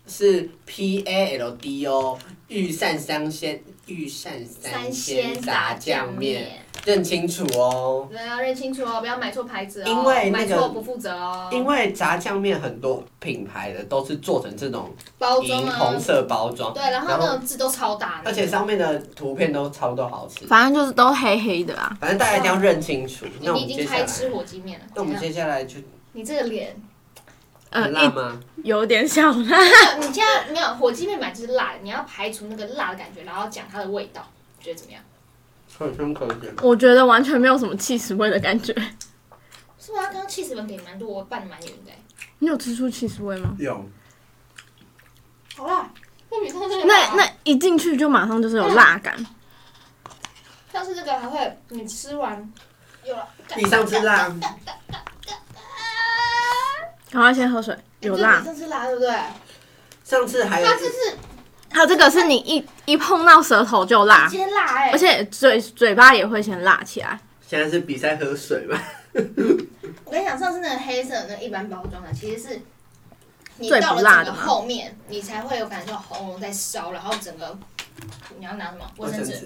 [SPEAKER 2] 是 P A L D O，御膳三鲜御膳
[SPEAKER 1] 三
[SPEAKER 2] 三
[SPEAKER 1] 鲜炸
[SPEAKER 2] 鲜炸
[SPEAKER 1] 酱
[SPEAKER 2] 酱面，
[SPEAKER 1] 面，
[SPEAKER 2] 认清楚哦。
[SPEAKER 1] 大家要认清楚哦，不要买错牌子哦，
[SPEAKER 2] 因为那
[SPEAKER 1] 买
[SPEAKER 2] 个
[SPEAKER 1] 错不负责哦，
[SPEAKER 2] 因为炸酱面很多品牌的都是做成这种
[SPEAKER 1] 包装
[SPEAKER 2] 银
[SPEAKER 1] 啊
[SPEAKER 2] 红，色包装，
[SPEAKER 1] 对，然后那种字都超大，
[SPEAKER 2] 而且上面的图片都超多好吃，
[SPEAKER 3] 反正就是都黑黑的啊。
[SPEAKER 2] 反正大家一定要认清楚。
[SPEAKER 1] 你
[SPEAKER 2] 那我
[SPEAKER 1] 你已
[SPEAKER 2] 们接
[SPEAKER 1] 经
[SPEAKER 2] 下
[SPEAKER 1] 开
[SPEAKER 2] 来，
[SPEAKER 1] 吃火鸡面了，
[SPEAKER 2] 那我们
[SPEAKER 1] 怎样
[SPEAKER 2] 接下来就
[SPEAKER 1] 你这个脸，
[SPEAKER 3] 呃，
[SPEAKER 2] 很辣
[SPEAKER 3] 一
[SPEAKER 2] 吗？
[SPEAKER 3] 有点小辣。
[SPEAKER 1] 你现在没有火鸡面买就是辣的，你要排除那个辣的感觉，然后讲它的味道，你觉得怎么样？
[SPEAKER 2] 可圈可点。
[SPEAKER 3] 我觉得完全没有什么气死味的感觉。
[SPEAKER 1] 是吧？刚刚气死粉给蛮多，我拌的蛮匀的欸，
[SPEAKER 3] 你有吃出气死味吗？
[SPEAKER 2] 有，
[SPEAKER 1] 好辣，那比上次
[SPEAKER 3] 那那一进去就马上就是有辣感，
[SPEAKER 1] 上次这个还会你吃完有了，
[SPEAKER 2] 你上次辣，
[SPEAKER 3] 赶快先喝水，有
[SPEAKER 1] 你
[SPEAKER 3] 辣。
[SPEAKER 1] 上次辣对不对？
[SPEAKER 2] 上次还有
[SPEAKER 1] 它这是
[SPEAKER 3] 还有这个是你一一碰到舌头就辣
[SPEAKER 1] 直，接辣哎、
[SPEAKER 3] 而且嘴嘴巴也会先辣起来。
[SPEAKER 2] 现在是比赛喝水吧？
[SPEAKER 1] 我跟你讲，上次那个黑色的那一般包装的，其实是你
[SPEAKER 3] 最不
[SPEAKER 1] 到了
[SPEAKER 3] 辣
[SPEAKER 1] 整
[SPEAKER 3] 的
[SPEAKER 1] 个
[SPEAKER 3] 吗
[SPEAKER 1] 后面，你才会有感觉到喉咙在烧，然后整个你要拿什么卫生纸，
[SPEAKER 2] 纸。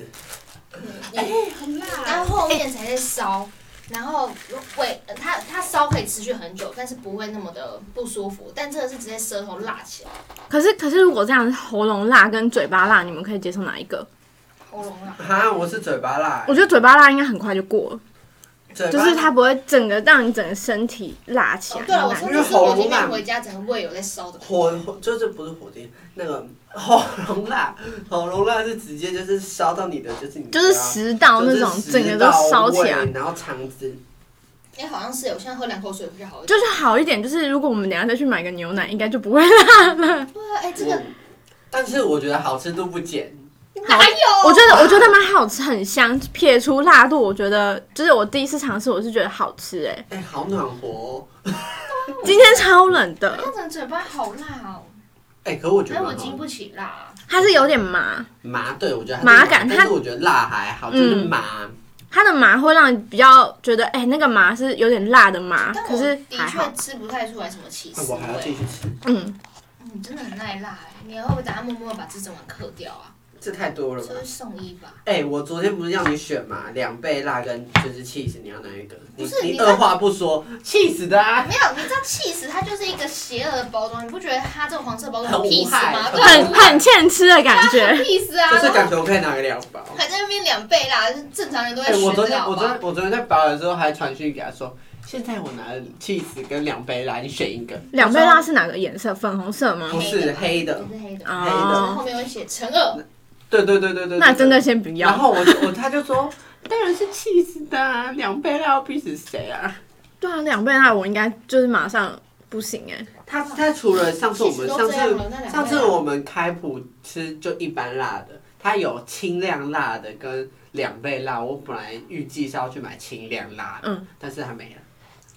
[SPEAKER 4] 很辣
[SPEAKER 1] 然后后面才在烧。然后味，呃它它烧可以持续很久，但是不会那么的不舒服。但这个是直接舌头辣起来，
[SPEAKER 3] 可是可是如果这样喉咙辣跟嘴巴辣，你们可以接受哪一个？
[SPEAKER 1] 喉咙辣。
[SPEAKER 2] 哈，我是嘴巴辣，
[SPEAKER 3] 我觉得嘴巴辣应该很快就过了，
[SPEAKER 2] 嘴巴
[SPEAKER 3] 就是它不会整个让你整个身体辣起
[SPEAKER 1] 哦
[SPEAKER 3] 来。，
[SPEAKER 1] 对了，我上
[SPEAKER 2] 因为
[SPEAKER 1] 次吃火
[SPEAKER 2] 喉
[SPEAKER 1] 鸡
[SPEAKER 2] 咙辣
[SPEAKER 1] 面回家，整个胃有在烧的。
[SPEAKER 2] 火火就是不是火鸡，那个喉咙辣，喉咙辣是直接就是烧到你的，就是你的
[SPEAKER 3] 就是食道那种整个都烧起来
[SPEAKER 2] 啊就是食道胃，然后肠子
[SPEAKER 1] 哎，好像是，我现在喝两口水比较好一点。
[SPEAKER 3] 就是好一点，就是如果我们等一下再去买个牛奶，应该就不会辣了。
[SPEAKER 1] 对啊，哎，这个
[SPEAKER 2] 我嗯但是我觉得好吃度不减，
[SPEAKER 1] 哪有？
[SPEAKER 3] 我觉得我觉得蛮好吃，很香。撇除辣度，我觉得就是我第一次尝试，我是觉得好吃哎、
[SPEAKER 2] 哎、好暖和、哦，
[SPEAKER 1] 嗯
[SPEAKER 3] 今天超冷的，
[SPEAKER 1] 它整个嘴巴好辣哦，
[SPEAKER 2] 哎、可我觉
[SPEAKER 1] 哎，
[SPEAKER 2] 得
[SPEAKER 1] 我
[SPEAKER 2] 蛮好
[SPEAKER 1] 经不起辣啊。
[SPEAKER 3] 它是有点麻，
[SPEAKER 2] 麻，对我觉得它是
[SPEAKER 3] 麻感它嗯
[SPEAKER 2] 但是我觉得辣还好，就是麻，
[SPEAKER 3] 它的麻会让你比较觉得哎、那个麻是有点辣的麻，
[SPEAKER 1] 但
[SPEAKER 3] 可
[SPEAKER 1] 我
[SPEAKER 3] 是
[SPEAKER 1] 的
[SPEAKER 3] 还好
[SPEAKER 1] 确。吃不太出来什么起
[SPEAKER 2] 那
[SPEAKER 1] 司
[SPEAKER 2] 我还要继
[SPEAKER 1] 味。
[SPEAKER 2] 续吃，
[SPEAKER 3] 嗯，
[SPEAKER 1] 你真的很耐辣哎、你会不会等下默默地把这整碗嗑掉啊？
[SPEAKER 2] 这太多了吧
[SPEAKER 1] 这？是送医吧？
[SPEAKER 2] 哎、我昨天不是要你选嘛，两倍辣跟就是气死，你要哪一个？你
[SPEAKER 1] 不是
[SPEAKER 2] 你
[SPEAKER 1] 你
[SPEAKER 2] 二话不说，气死的啊！
[SPEAKER 1] 没有，你知道气死它就是一个邪恶的包装，你不觉得它这个黄色包装
[SPEAKER 2] 很无
[SPEAKER 1] 屁事
[SPEAKER 2] 害
[SPEAKER 1] 吗？
[SPEAKER 2] 很
[SPEAKER 1] 对
[SPEAKER 3] 很
[SPEAKER 1] 啊，
[SPEAKER 3] 很欠吃的感觉。
[SPEAKER 1] 屁事啊！
[SPEAKER 2] 就是
[SPEAKER 1] 然
[SPEAKER 2] 感
[SPEAKER 1] 后
[SPEAKER 2] 觉我可以拿个两包。
[SPEAKER 1] 还在那边两倍辣，正常人都
[SPEAKER 2] 哎、
[SPEAKER 1] 在学
[SPEAKER 2] 我昨
[SPEAKER 1] 这
[SPEAKER 2] 天
[SPEAKER 1] 个好
[SPEAKER 2] 我
[SPEAKER 1] 不
[SPEAKER 2] 昨
[SPEAKER 1] 好？
[SPEAKER 2] 天我昨天在包的时候还传讯给他说，现在我拿了 cheese 跟两杯拉，你选一个。
[SPEAKER 3] 两倍辣是哪个颜色？粉红色吗？
[SPEAKER 2] 不是黑的
[SPEAKER 1] 也是黑的，
[SPEAKER 3] 哦
[SPEAKER 1] 黑的后面会写乘二，
[SPEAKER 2] 对对对对对对。
[SPEAKER 3] 那真的先不
[SPEAKER 2] 然
[SPEAKER 3] 要。
[SPEAKER 2] 后我就我他就说，当然是 cheese 的、啊，两杯辣要逼死谁啊？
[SPEAKER 3] 对啊，两倍辣我应该就是马上不行哎、
[SPEAKER 2] 他他除了上次我们
[SPEAKER 1] 其实
[SPEAKER 2] 上
[SPEAKER 1] 都这样
[SPEAKER 2] 次
[SPEAKER 1] 了那两啊杯辣
[SPEAKER 2] 上次我们开普吃就一般辣的，它有清亮辣的跟两倍辣。我本来预计是要去买清亮辣的，
[SPEAKER 3] 嗯
[SPEAKER 2] 但是它没了，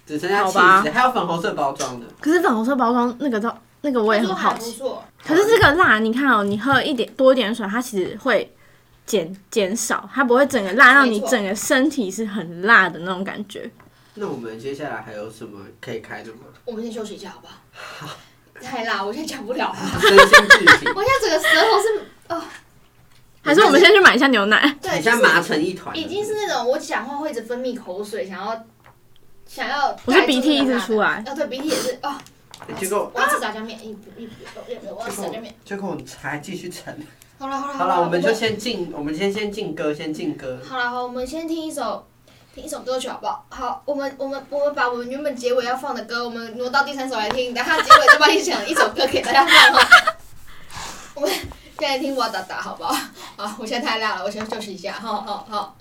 [SPEAKER 2] 只剩下
[SPEAKER 3] 好吧
[SPEAKER 2] cheese，还有粉红色包装的。
[SPEAKER 3] 可是粉红色包装那个照那个我也
[SPEAKER 1] 他说
[SPEAKER 3] 很好
[SPEAKER 1] 还不
[SPEAKER 3] 奇。
[SPEAKER 1] 错，
[SPEAKER 3] 可是这个辣，你看哦，你喝一点多一点水，它其实会减减少，它不会整个辣到
[SPEAKER 1] 没
[SPEAKER 3] 你
[SPEAKER 1] 错
[SPEAKER 3] 整个身体是很辣的那种感觉。
[SPEAKER 2] 那我们接下来还有什么可以开的吗？
[SPEAKER 1] 我们先休息一下好不好？太辣，我现在讲不了了，
[SPEAKER 2] 身心俱疲，
[SPEAKER 1] 我现在整个舌头是
[SPEAKER 3] 还是我们先去买一下牛奶？
[SPEAKER 1] 对，
[SPEAKER 2] 很
[SPEAKER 1] 就
[SPEAKER 2] 像
[SPEAKER 1] 是
[SPEAKER 2] 麻成一团了。
[SPEAKER 1] 已经是那种我讲话会一直分泌口水，想要想要，
[SPEAKER 3] 我是鼻涕一直出来。
[SPEAKER 1] 哦，对，鼻涕也是哦，
[SPEAKER 2] 结果
[SPEAKER 1] 我要吃炸酱面，一一一，我我要吃炸酱面。
[SPEAKER 2] 结果我们还继续沉。
[SPEAKER 1] 好了好了
[SPEAKER 2] 好了，我们就
[SPEAKER 1] 们
[SPEAKER 2] 先进，我们先先进歌，先进歌。
[SPEAKER 1] 好了好，我们先听一首听一首歌曲好不好？好，我们我们我们把我们原本结尾要放的歌，我们挪到第三首来听，等下结尾再帮你讲一首歌给大家放哦。我们现在听哇哒哒好不好？好，我现在太辣了，我先休息一下，好好好。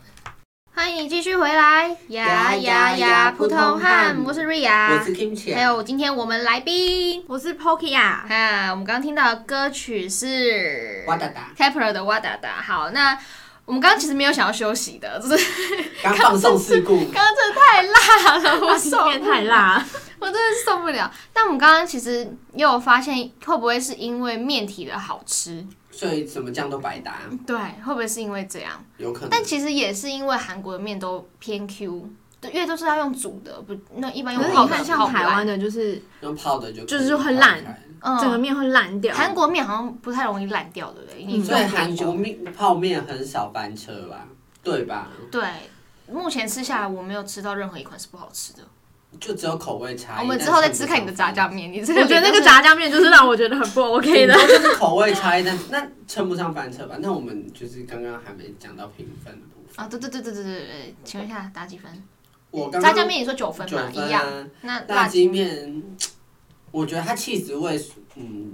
[SPEAKER 1] 欢迎你继续回来，
[SPEAKER 2] 呀呀呀普通汉我是
[SPEAKER 1] 瑞
[SPEAKER 2] 我
[SPEAKER 1] 雅
[SPEAKER 2] 是 Kimchi，
[SPEAKER 1] 啊还有今天我们来宾。
[SPEAKER 3] 我是 Poki 啊，
[SPEAKER 1] 啊，我们刚刚听到的歌曲是
[SPEAKER 2] 哇哒 哒
[SPEAKER 1] c a p r a 的哇哒哒。好，那我们刚刚其实没有想要休息的，就是
[SPEAKER 2] 刚放送事故，
[SPEAKER 1] 刚刚真的太辣了，我受
[SPEAKER 3] 变太辣，
[SPEAKER 1] 我真的受不了。但我们刚刚其实也有发现，会不会是因为面体的好吃？
[SPEAKER 2] 所以怎么酱都白搭，
[SPEAKER 1] 对，会不会是因为这样？
[SPEAKER 2] 有可能。
[SPEAKER 1] 嗯但其实也是因为韩国的面都偏 Q，对，因为都是要用煮的，不那一般
[SPEAKER 3] 可
[SPEAKER 1] 用
[SPEAKER 3] 是
[SPEAKER 1] 泡
[SPEAKER 3] 你
[SPEAKER 1] 的
[SPEAKER 3] 看，
[SPEAKER 1] 泡
[SPEAKER 3] 像
[SPEAKER 1] 不
[SPEAKER 3] 台
[SPEAKER 1] 来
[SPEAKER 3] 湾的，就是
[SPEAKER 2] 用泡的就
[SPEAKER 3] 就是会烂整个
[SPEAKER 1] 嗯，
[SPEAKER 3] 面会烂掉。
[SPEAKER 1] 韩国面好像不太容易烂掉，对不对？你
[SPEAKER 3] 嗯
[SPEAKER 2] 所以
[SPEAKER 1] 用多
[SPEAKER 2] 韩
[SPEAKER 1] 久
[SPEAKER 2] 国面泡面很少翻车吧？对吧？
[SPEAKER 1] 对，目前吃下来我没有吃到任何一款是不好吃的。
[SPEAKER 2] 就只有口味差异。
[SPEAKER 1] 我们之后再吃看你的炸酱面，你这个
[SPEAKER 3] 我觉得那
[SPEAKER 1] 脸
[SPEAKER 3] 个
[SPEAKER 1] 就是
[SPEAKER 3] 炸酱面就是让我觉得很不 OK 的
[SPEAKER 2] 面，。就是口味差异，但那称不上翻车吧？那我们就是刚刚还没讲到评分的部分。
[SPEAKER 1] 啊，
[SPEAKER 5] 哦
[SPEAKER 1] 对对对对对对对，请问一下打几分？
[SPEAKER 2] 我刚刚
[SPEAKER 1] 炸酱面你说九分
[SPEAKER 2] 嗯九
[SPEAKER 1] 嘛，
[SPEAKER 2] 分
[SPEAKER 1] 一样。
[SPEAKER 2] 啊，
[SPEAKER 1] 那
[SPEAKER 2] 辣
[SPEAKER 1] 鸡
[SPEAKER 2] 鸡面，我觉得它气质味，嗯，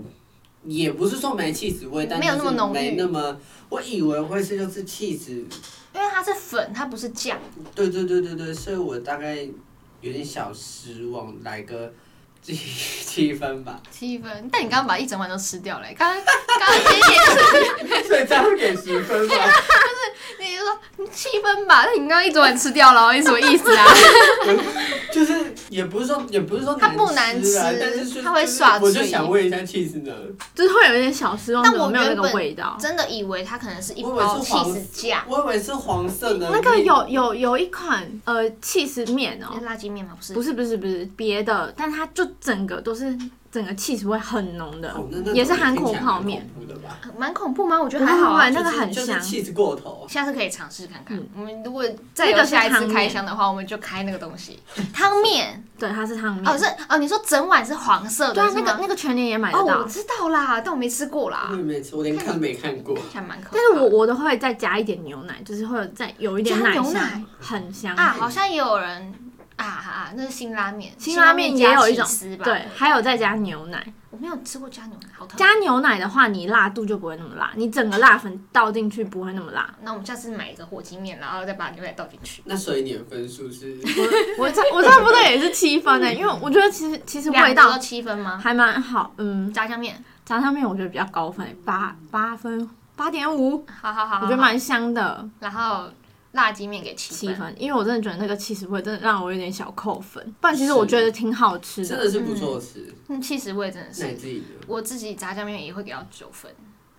[SPEAKER 2] 也不是说没气质味，但
[SPEAKER 1] 没有那么
[SPEAKER 2] 就是
[SPEAKER 1] 浓郁
[SPEAKER 2] 没那么，我以为会是就是气质，
[SPEAKER 1] 因为它是粉，它不是酱。
[SPEAKER 2] 对对对对对，所以我大概有点小失望，来个七七 分吧，
[SPEAKER 1] 七分，但你刚刚把一整碗都吃掉了、
[SPEAKER 5] 欸
[SPEAKER 1] 刚刚刚刚姐姐
[SPEAKER 2] 所以这样给十分吧，
[SPEAKER 1] 你就说你七分吧，但你刚刚一整 碗吃掉了，你什么意思啊？
[SPEAKER 2] 就是也不是说也不是说
[SPEAKER 1] 它不
[SPEAKER 2] 难啊
[SPEAKER 1] 难吃
[SPEAKER 2] 但是就是
[SPEAKER 1] 它会刷
[SPEAKER 2] 我就
[SPEAKER 1] 嘴
[SPEAKER 2] 想问一下气质呢，
[SPEAKER 3] 就是会有一点小失望，
[SPEAKER 1] 但
[SPEAKER 3] 怎么
[SPEAKER 1] 我
[SPEAKER 3] 没有那
[SPEAKER 1] 原
[SPEAKER 3] 个
[SPEAKER 1] 本
[SPEAKER 3] 味道。
[SPEAKER 1] 真的以为它可能是一
[SPEAKER 2] 我以为
[SPEAKER 1] 包
[SPEAKER 2] 哦是
[SPEAKER 1] 气
[SPEAKER 2] 黄
[SPEAKER 1] 死酱，
[SPEAKER 2] 我以为是黄色的，
[SPEAKER 3] 那个有有有一款呃气死面
[SPEAKER 1] 那
[SPEAKER 3] 哦，
[SPEAKER 1] 是辣鸡面吗？不是，
[SPEAKER 3] 不是不是不是别的，但它就整个都是整个气死味很浓的
[SPEAKER 2] 哦那那，
[SPEAKER 3] 也是
[SPEAKER 2] 种
[SPEAKER 3] 韩
[SPEAKER 2] 听
[SPEAKER 3] 国
[SPEAKER 2] 起来
[SPEAKER 3] 泡
[SPEAKER 2] 蛮
[SPEAKER 3] 面，
[SPEAKER 2] 恐怖的吧
[SPEAKER 1] 蛮恐怖吗？我觉
[SPEAKER 3] 不
[SPEAKER 1] 得还
[SPEAKER 3] 会
[SPEAKER 1] 好
[SPEAKER 3] 不
[SPEAKER 1] 啊
[SPEAKER 3] 会，那个很
[SPEAKER 2] 就是
[SPEAKER 3] 香。
[SPEAKER 2] 气质过头，
[SPEAKER 1] 下次可以尝试看看。
[SPEAKER 3] 嗯
[SPEAKER 1] 我们如果再
[SPEAKER 3] 那
[SPEAKER 1] 有
[SPEAKER 3] 个是
[SPEAKER 1] 下一次
[SPEAKER 3] 汤面嗯
[SPEAKER 1] 开箱的话，我们就开那个东西，汤面。
[SPEAKER 3] 对，它是汤面。
[SPEAKER 1] 哦，是哦，你说整碗是黄色的，
[SPEAKER 3] 嗯对啊，
[SPEAKER 1] 是
[SPEAKER 3] 那
[SPEAKER 1] 吗
[SPEAKER 3] 个那个全年也买得
[SPEAKER 1] 哦，我
[SPEAKER 3] 到，
[SPEAKER 1] 知道啦，但我没吃过啦
[SPEAKER 2] 啊我，也没吃，我连看都没看过。
[SPEAKER 1] 还蛮可怕的。
[SPEAKER 3] 但是我我的会再加一点牛奶，就是会有再有一点
[SPEAKER 1] 加
[SPEAKER 3] 奶
[SPEAKER 1] 牛
[SPEAKER 3] 香，
[SPEAKER 1] 奶
[SPEAKER 3] 很香。
[SPEAKER 1] 啊，好像也有人啊啊，那是辛拉面，
[SPEAKER 3] 辛拉面也有一
[SPEAKER 1] 辛拉面
[SPEAKER 3] 种
[SPEAKER 1] 加起司吧？
[SPEAKER 3] 对，，还有再加牛奶。
[SPEAKER 1] 我没有吃过加牛奶，好疼。
[SPEAKER 3] 加牛奶的话，你辣度就不会那么辣，你整个辣粉倒进去不会那么辣。
[SPEAKER 1] 那我们下次买一个火鸡面，然后再把牛奶倒进去。
[SPEAKER 2] 那所以你的分数是？
[SPEAKER 3] 我差我差不多也是七分呢、因为我觉得其实其实味
[SPEAKER 1] 嗯两个
[SPEAKER 3] 道
[SPEAKER 1] 都七分吗？
[SPEAKER 3] 还蛮好，嗯，
[SPEAKER 1] 炸酱面，
[SPEAKER 3] 炸酱面我觉得比较高分、八八分八点五，
[SPEAKER 1] 好好好，
[SPEAKER 3] 我
[SPEAKER 1] 好
[SPEAKER 3] 觉得。蛮香的
[SPEAKER 1] 然后辣鸡面给七
[SPEAKER 3] 七分，因为我真的觉得那个气势味真的让我有点小扣分，不然其实我觉得挺好吃
[SPEAKER 2] 真
[SPEAKER 3] 的。
[SPEAKER 2] 的是不错吃，
[SPEAKER 1] 嗯，气死味真的
[SPEAKER 2] 那
[SPEAKER 1] 是
[SPEAKER 2] 你，自己呢？
[SPEAKER 1] 我自己炸酱面也会给到九分，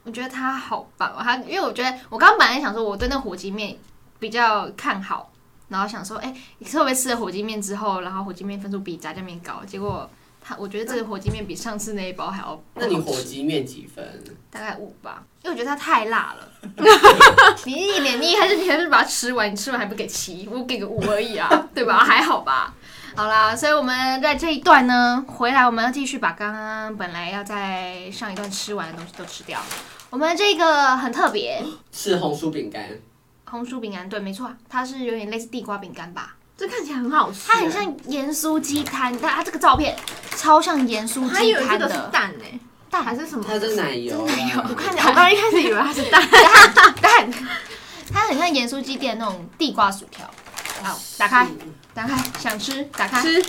[SPEAKER 1] 我觉得它好棒哦。它因为我觉得我刚刚本来想说我对那火鸡面比较看好，然后想说，哎、你会不会吃了火鸡面之后，然后火鸡面分数比炸酱面高？结果它我觉得这个火鸡面比上次那一包还要不
[SPEAKER 2] 那
[SPEAKER 1] 好吃，
[SPEAKER 2] 你火鸡面几分？
[SPEAKER 1] 大概五吧，因为我觉得它太辣 了。你一脸腻，还是你还是把它吃完？你吃完还不给七，我给个五而已啊， 对
[SPEAKER 5] 嗯
[SPEAKER 2] 嗯
[SPEAKER 1] 吧？还好吧。好啦，所以我们在这一段呢，回来我们要继续把刚刚本来要在上一段吃完的东西都吃掉。我们这个很特别，
[SPEAKER 2] 是红薯饼干，
[SPEAKER 1] 啊红薯饼干，对，没错，它是有点类似地瓜饼干吧？
[SPEAKER 3] 这看起来很好吃，
[SPEAKER 5] 它很像盐酥鸡摊，但它这个照片超像盐酥
[SPEAKER 3] 它
[SPEAKER 5] 鸡
[SPEAKER 3] 有一
[SPEAKER 5] 摊
[SPEAKER 3] 个是
[SPEAKER 5] 的。
[SPEAKER 3] 蛋诶，蛋还是什么？
[SPEAKER 2] 它是奶油啊，
[SPEAKER 3] 我 看起来，我刚一开始以为它是蛋，
[SPEAKER 5] 蛋，它很像盐酥鸡店那种地瓜薯条。
[SPEAKER 1] 哦
[SPEAKER 5] 好，打开，打开，想吃，打开。
[SPEAKER 3] 吃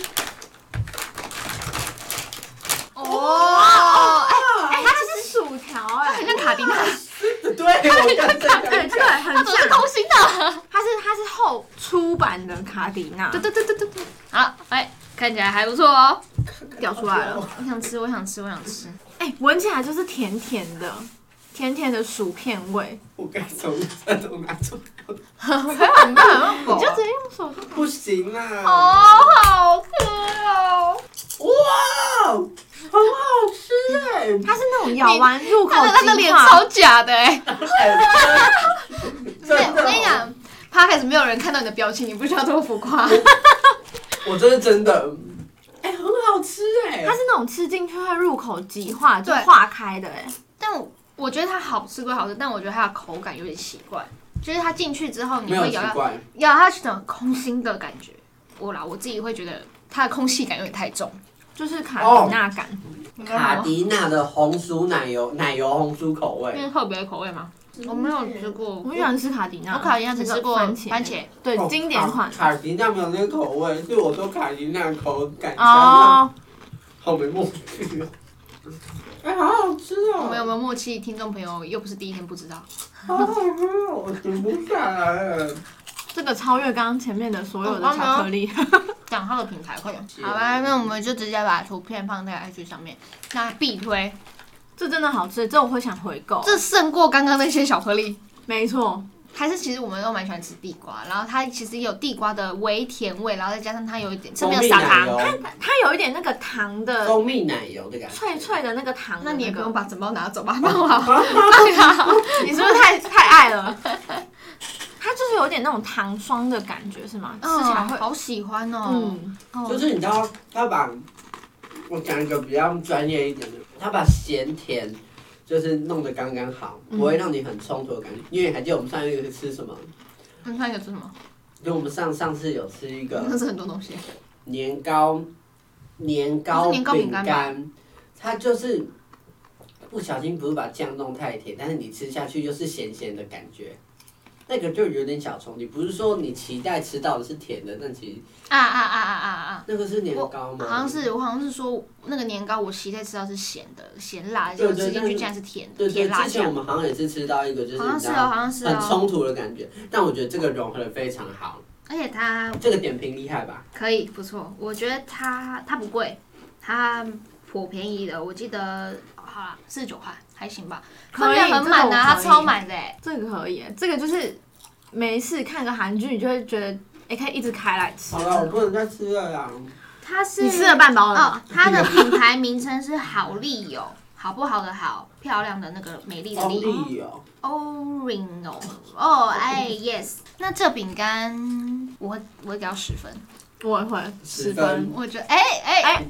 [SPEAKER 5] 哦，哎哎，它
[SPEAKER 3] 它是薯条
[SPEAKER 5] 它
[SPEAKER 3] 哎
[SPEAKER 5] 很，像卡宾
[SPEAKER 1] 啊
[SPEAKER 5] 娜，
[SPEAKER 2] 对，我刚 才
[SPEAKER 3] 对，
[SPEAKER 2] 刚
[SPEAKER 3] 这个很
[SPEAKER 5] 它怎么是
[SPEAKER 3] 像，
[SPEAKER 5] 空心
[SPEAKER 1] 啊
[SPEAKER 5] 的？
[SPEAKER 3] 它是它是厚出版的卡迪娜，
[SPEAKER 5] 对对对对对对。好，哎，看起来还不错哦。
[SPEAKER 3] 掉出来了。
[SPEAKER 5] 我想吃，我想吃，我想 吃。
[SPEAKER 3] 哎，闻起来就是甜甜的，甜甜的薯片味。
[SPEAKER 2] 我刚从这种拿出，
[SPEAKER 5] 很棒，很
[SPEAKER 3] 你就直接用手，
[SPEAKER 2] 不行啊！
[SPEAKER 5] 哦，好吃哦！
[SPEAKER 2] 哇，很好吃哎！
[SPEAKER 3] 它是那种咬完入口
[SPEAKER 5] 他的他的
[SPEAKER 3] 即
[SPEAKER 5] 脸
[SPEAKER 3] 化
[SPEAKER 5] 超，假的哎。
[SPEAKER 2] 真的
[SPEAKER 5] 我跟你讲 p 开始没有人看到你的表情，你不需要这么浮 夸。
[SPEAKER 2] 我这是真的，哎、很好吃哎、
[SPEAKER 3] 它是那种吃进去会入口即化，就
[SPEAKER 5] 对
[SPEAKER 3] 化开的哎。
[SPEAKER 5] 但我我觉得它好吃归好吃，但我觉得它的口感有点奇怪，就是它进去之后你
[SPEAKER 2] 没有
[SPEAKER 5] 会
[SPEAKER 2] 奇
[SPEAKER 5] 咬到
[SPEAKER 2] 怪，
[SPEAKER 5] 咬下去的空心的感觉。我啦，我自己会觉得它的空气感有点太重。
[SPEAKER 3] 就是卡迪娜感，
[SPEAKER 2] 卡迪娜的红薯奶油奶油红薯口
[SPEAKER 5] 因
[SPEAKER 2] 味，
[SPEAKER 5] 为特别的口味吗？嗯我没有吃过，
[SPEAKER 3] 我喜欢吃卡迪娜。
[SPEAKER 5] 我卡一样只吃过
[SPEAKER 3] 番
[SPEAKER 5] 番
[SPEAKER 3] 茄，哦
[SPEAKER 5] 茄，
[SPEAKER 3] 对经典款
[SPEAKER 2] 卡迪娜没有那个口味，是我说卡迪娜口感香啊，
[SPEAKER 3] 哦。
[SPEAKER 2] 好没默契哦。哎、好好吃哦！
[SPEAKER 5] 我们有 没有默契？听众朋友又不是第一天不知道，
[SPEAKER 2] 好好吃哦，我停不下来了。
[SPEAKER 3] 这个超越刚哦刚前面的所有的巧克力，
[SPEAKER 5] 讲它的品牌快点。好吧，那我们就直接把图片放在 IG 上面，那必推，哦
[SPEAKER 3] 这真的好吃，这我会想回购。
[SPEAKER 5] 这胜过刚刚那些巧克力。
[SPEAKER 3] 没错，
[SPEAKER 5] 还是其实我们都蛮喜欢吃地瓜，然后它其实也有地瓜的微甜味，然后再加上它有一点上
[SPEAKER 2] 蜂
[SPEAKER 5] 面有
[SPEAKER 2] 蜜
[SPEAKER 5] 撒
[SPEAKER 2] 奶
[SPEAKER 5] 糖，
[SPEAKER 2] 油，
[SPEAKER 3] 它有一点那个糖的
[SPEAKER 2] 蜂蜜奶油的感觉，
[SPEAKER 3] 脆脆哦的那个糖的
[SPEAKER 5] 那
[SPEAKER 3] 个
[SPEAKER 5] 你也不用把整包拿走 吧，那我哦好。
[SPEAKER 3] 你是不是太太爱了？它就是有点那种糖霜的感觉，是吗？吃起来会，
[SPEAKER 5] 好喜欢哦。
[SPEAKER 3] 嗯，
[SPEAKER 5] 哦
[SPEAKER 2] 就是你知道他把，我讲一个比较专业一点的，他把咸甜就是弄得刚刚好，
[SPEAKER 3] 嗯
[SPEAKER 2] 不会让你很冲突的感觉。因为你还记得我们上一次吃什么？
[SPEAKER 5] 你看有吃什么？
[SPEAKER 2] 就我们上上次有吃一个
[SPEAKER 5] 那是很多东西。
[SPEAKER 2] 年糕，年糕
[SPEAKER 5] 是年糕
[SPEAKER 2] 饼
[SPEAKER 5] 饼干吧
[SPEAKER 2] 它就是不小心不是把酱弄太甜，但是你吃下去就是咸咸的感觉。那个就有点小冲，你不是说你期待吃到的是甜的，但其实
[SPEAKER 5] 啊啊啊啊啊啊！
[SPEAKER 2] 那个是年糕吗？
[SPEAKER 5] 哦好像是我好像是说那个年糕，我期待吃到是咸的，咸辣的，结
[SPEAKER 2] 对
[SPEAKER 5] 果
[SPEAKER 2] 对
[SPEAKER 5] 吃进
[SPEAKER 2] 但
[SPEAKER 5] 去
[SPEAKER 2] 是
[SPEAKER 5] 竟然是甜
[SPEAKER 2] 对
[SPEAKER 5] 的，
[SPEAKER 2] 对，
[SPEAKER 5] 甜辣
[SPEAKER 2] 之前我
[SPEAKER 5] 酱。
[SPEAKER 2] 们好像也是吃到一个，就是
[SPEAKER 5] 好像
[SPEAKER 2] 你
[SPEAKER 5] 是
[SPEAKER 2] 知
[SPEAKER 5] 哦，
[SPEAKER 2] 道
[SPEAKER 5] 好像是
[SPEAKER 2] 很
[SPEAKER 5] 哦。
[SPEAKER 2] 冲突的感觉，但我觉得这个融合的非常好，
[SPEAKER 5] 而且它
[SPEAKER 2] 这个点评厉害吧？
[SPEAKER 5] 可以不错，我觉得它它不贵，它颇便宜的，我记得、哦好啦，四十九块还行吧，
[SPEAKER 3] 可以
[SPEAKER 5] 分量很满
[SPEAKER 3] 这
[SPEAKER 5] 的、
[SPEAKER 3] 个我
[SPEAKER 5] 它
[SPEAKER 3] 可以
[SPEAKER 5] 超满的、欸，
[SPEAKER 3] 这个可以，这个就是没事看个韩剧，你就会觉得也可以一直开来吃。
[SPEAKER 2] 好了，我不能再吃了啦。
[SPEAKER 5] 它是
[SPEAKER 3] 你吃了半包了吗？
[SPEAKER 5] 哦，它的品牌名称是好丽友，好不好的好，漂亮的那个美丽的
[SPEAKER 2] 好
[SPEAKER 5] 丽
[SPEAKER 2] 丽哦，
[SPEAKER 5] ，Oring 哦，哦哎 yes，那这饼干我会我会给到十分，
[SPEAKER 3] 我也会
[SPEAKER 2] 十
[SPEAKER 3] 十
[SPEAKER 2] 分
[SPEAKER 3] 分，
[SPEAKER 5] 我觉得哎哎
[SPEAKER 3] 哎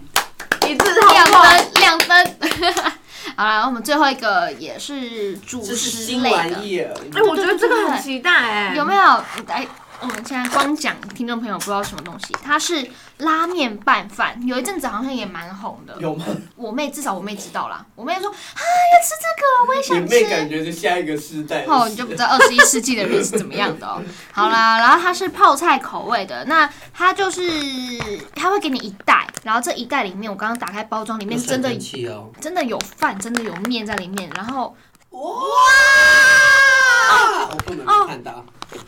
[SPEAKER 3] 一致通
[SPEAKER 5] 两
[SPEAKER 3] 过。
[SPEAKER 5] 分，两分。好啦，我们最后一个也是主
[SPEAKER 2] 这是
[SPEAKER 5] 食
[SPEAKER 2] 新
[SPEAKER 5] 类
[SPEAKER 2] 玩
[SPEAKER 5] 的，
[SPEAKER 2] 意儿，
[SPEAKER 3] 哎，我觉得这个很期待哎，
[SPEAKER 5] 有没有？哎，我们现在光讲听众朋友不知道什么东西，它是拉面拌饭，有一阵子好像也蛮红的。
[SPEAKER 2] 有吗？
[SPEAKER 5] 我妹至少我妹知道啦，我妹说啊要吃这个，我也
[SPEAKER 2] 你
[SPEAKER 5] 想
[SPEAKER 2] 妹感
[SPEAKER 5] 吃。
[SPEAKER 2] 觉是下一个世代的事。
[SPEAKER 5] 哦，你就不知道二十一世纪的人是怎么样的哦。好啦，然后它是泡菜口味的，那它就是它会给你一袋，然后这一袋里面，我刚刚打开包装，里面真的
[SPEAKER 2] 气哦，
[SPEAKER 5] 真的有饭，真的有面在里面，然后
[SPEAKER 2] 啊我不能看到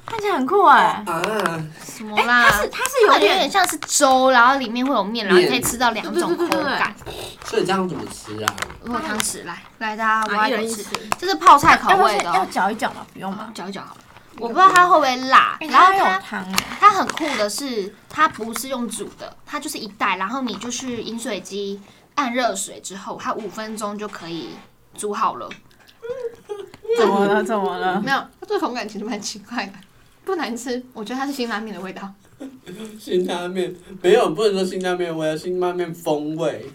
[SPEAKER 3] 看起来很酷哎。
[SPEAKER 2] 啊！
[SPEAKER 5] 什么
[SPEAKER 3] 哎，它
[SPEAKER 5] 啦
[SPEAKER 3] 是，它是有
[SPEAKER 5] 感觉有点
[SPEAKER 3] 点，
[SPEAKER 5] 像是粥，然后里面会有面，然后你可以吃到两种口
[SPEAKER 3] 对对对对对
[SPEAKER 5] 感。
[SPEAKER 2] 所以这样怎么吃啊？
[SPEAKER 5] 如果汤匙来，来大家
[SPEAKER 3] 啊
[SPEAKER 5] 挖
[SPEAKER 3] 一
[SPEAKER 5] 一口
[SPEAKER 3] 人一
[SPEAKER 5] 吃
[SPEAKER 3] 匙，
[SPEAKER 5] 这是泡菜口
[SPEAKER 3] 哎，不是
[SPEAKER 5] 味的
[SPEAKER 3] 要
[SPEAKER 5] 哦，
[SPEAKER 3] 搅一搅吗？不用吗？
[SPEAKER 5] 搅一搅好了。我不知道它会不会辣，
[SPEAKER 3] 哎
[SPEAKER 5] 然后
[SPEAKER 3] 它
[SPEAKER 5] 它
[SPEAKER 3] 有糖哎，
[SPEAKER 5] 它很酷的是，它不是用煮的，它就是一袋，然后你就是饮水机按热水之后，它五分钟就可以煮好了。
[SPEAKER 3] 怎么了？怎么了？
[SPEAKER 5] 没有，它这个口感其实蛮奇怪的，不难吃，我觉得它是辛拉面的味道。
[SPEAKER 2] 辛拉面没有，不能说辛拉面味，辛拉面风味。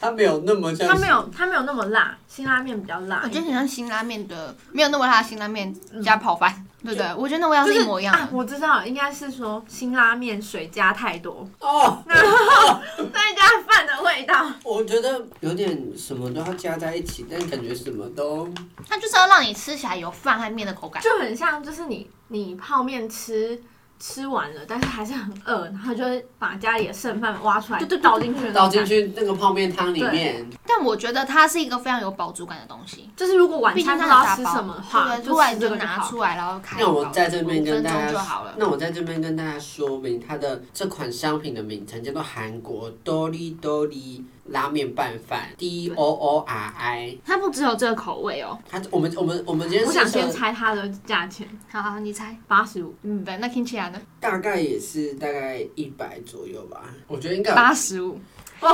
[SPEAKER 2] 它没有那么像，
[SPEAKER 3] 它没有它没有那么辣，辛拉面比较辣
[SPEAKER 5] 我
[SPEAKER 3] 一
[SPEAKER 5] 觉
[SPEAKER 3] 点。
[SPEAKER 5] 得很像辛拉面的，没有那么辣的辛拉面加泡饭，对不对？我觉得那味道是一模一样
[SPEAKER 3] 啊，
[SPEAKER 5] 的。
[SPEAKER 3] 我知道了，应该是说辛拉面水加太多，
[SPEAKER 2] 哦。
[SPEAKER 3] 然后再加饭的味道。
[SPEAKER 2] 我觉得有点什么都要加在一起，但感觉什么都
[SPEAKER 5] 它就是要让你吃起来有饭和面的口感。
[SPEAKER 3] 就很像，就是你你泡面吃吃完了，但是还是很饿，然后就会把家里的剩饭挖出来，倒进去，
[SPEAKER 2] 倒进。去那个泡面汤里面。
[SPEAKER 5] 但我觉得它是一个非常有饱足感的东西。
[SPEAKER 3] 就是如果晚
[SPEAKER 5] 毕
[SPEAKER 3] 餐
[SPEAKER 5] 竟
[SPEAKER 3] 不
[SPEAKER 5] 它
[SPEAKER 3] 知
[SPEAKER 5] 是
[SPEAKER 3] 道
[SPEAKER 5] 打
[SPEAKER 3] 吃
[SPEAKER 5] 包，
[SPEAKER 3] 什么的话，
[SPEAKER 5] 对，突
[SPEAKER 3] 就吃
[SPEAKER 5] 然就
[SPEAKER 3] 这个
[SPEAKER 5] 拿
[SPEAKER 3] 好
[SPEAKER 5] 出来，然后开
[SPEAKER 2] 那我
[SPEAKER 5] 烤
[SPEAKER 2] 在这边
[SPEAKER 5] 五
[SPEAKER 2] 跟
[SPEAKER 5] 分
[SPEAKER 2] 大
[SPEAKER 5] 钟
[SPEAKER 2] 家
[SPEAKER 5] 就好了。
[SPEAKER 2] 那我在这边跟大家说明，它的这款商品的名称叫做韩国多利多利拉面拌饭 D O O R I。
[SPEAKER 5] 它不只有这个口味哦。
[SPEAKER 2] 它我们我们我们今天
[SPEAKER 3] 我想
[SPEAKER 2] 试吃
[SPEAKER 3] 先
[SPEAKER 2] 的
[SPEAKER 3] 猜它的价钱，
[SPEAKER 5] 好好，你猜。
[SPEAKER 3] 八十五。
[SPEAKER 5] 嗯，对，那听起来呢？
[SPEAKER 2] 大概也是大概一百左右吧，我觉得应该有
[SPEAKER 5] 八十五。哎
[SPEAKER 3] 哇，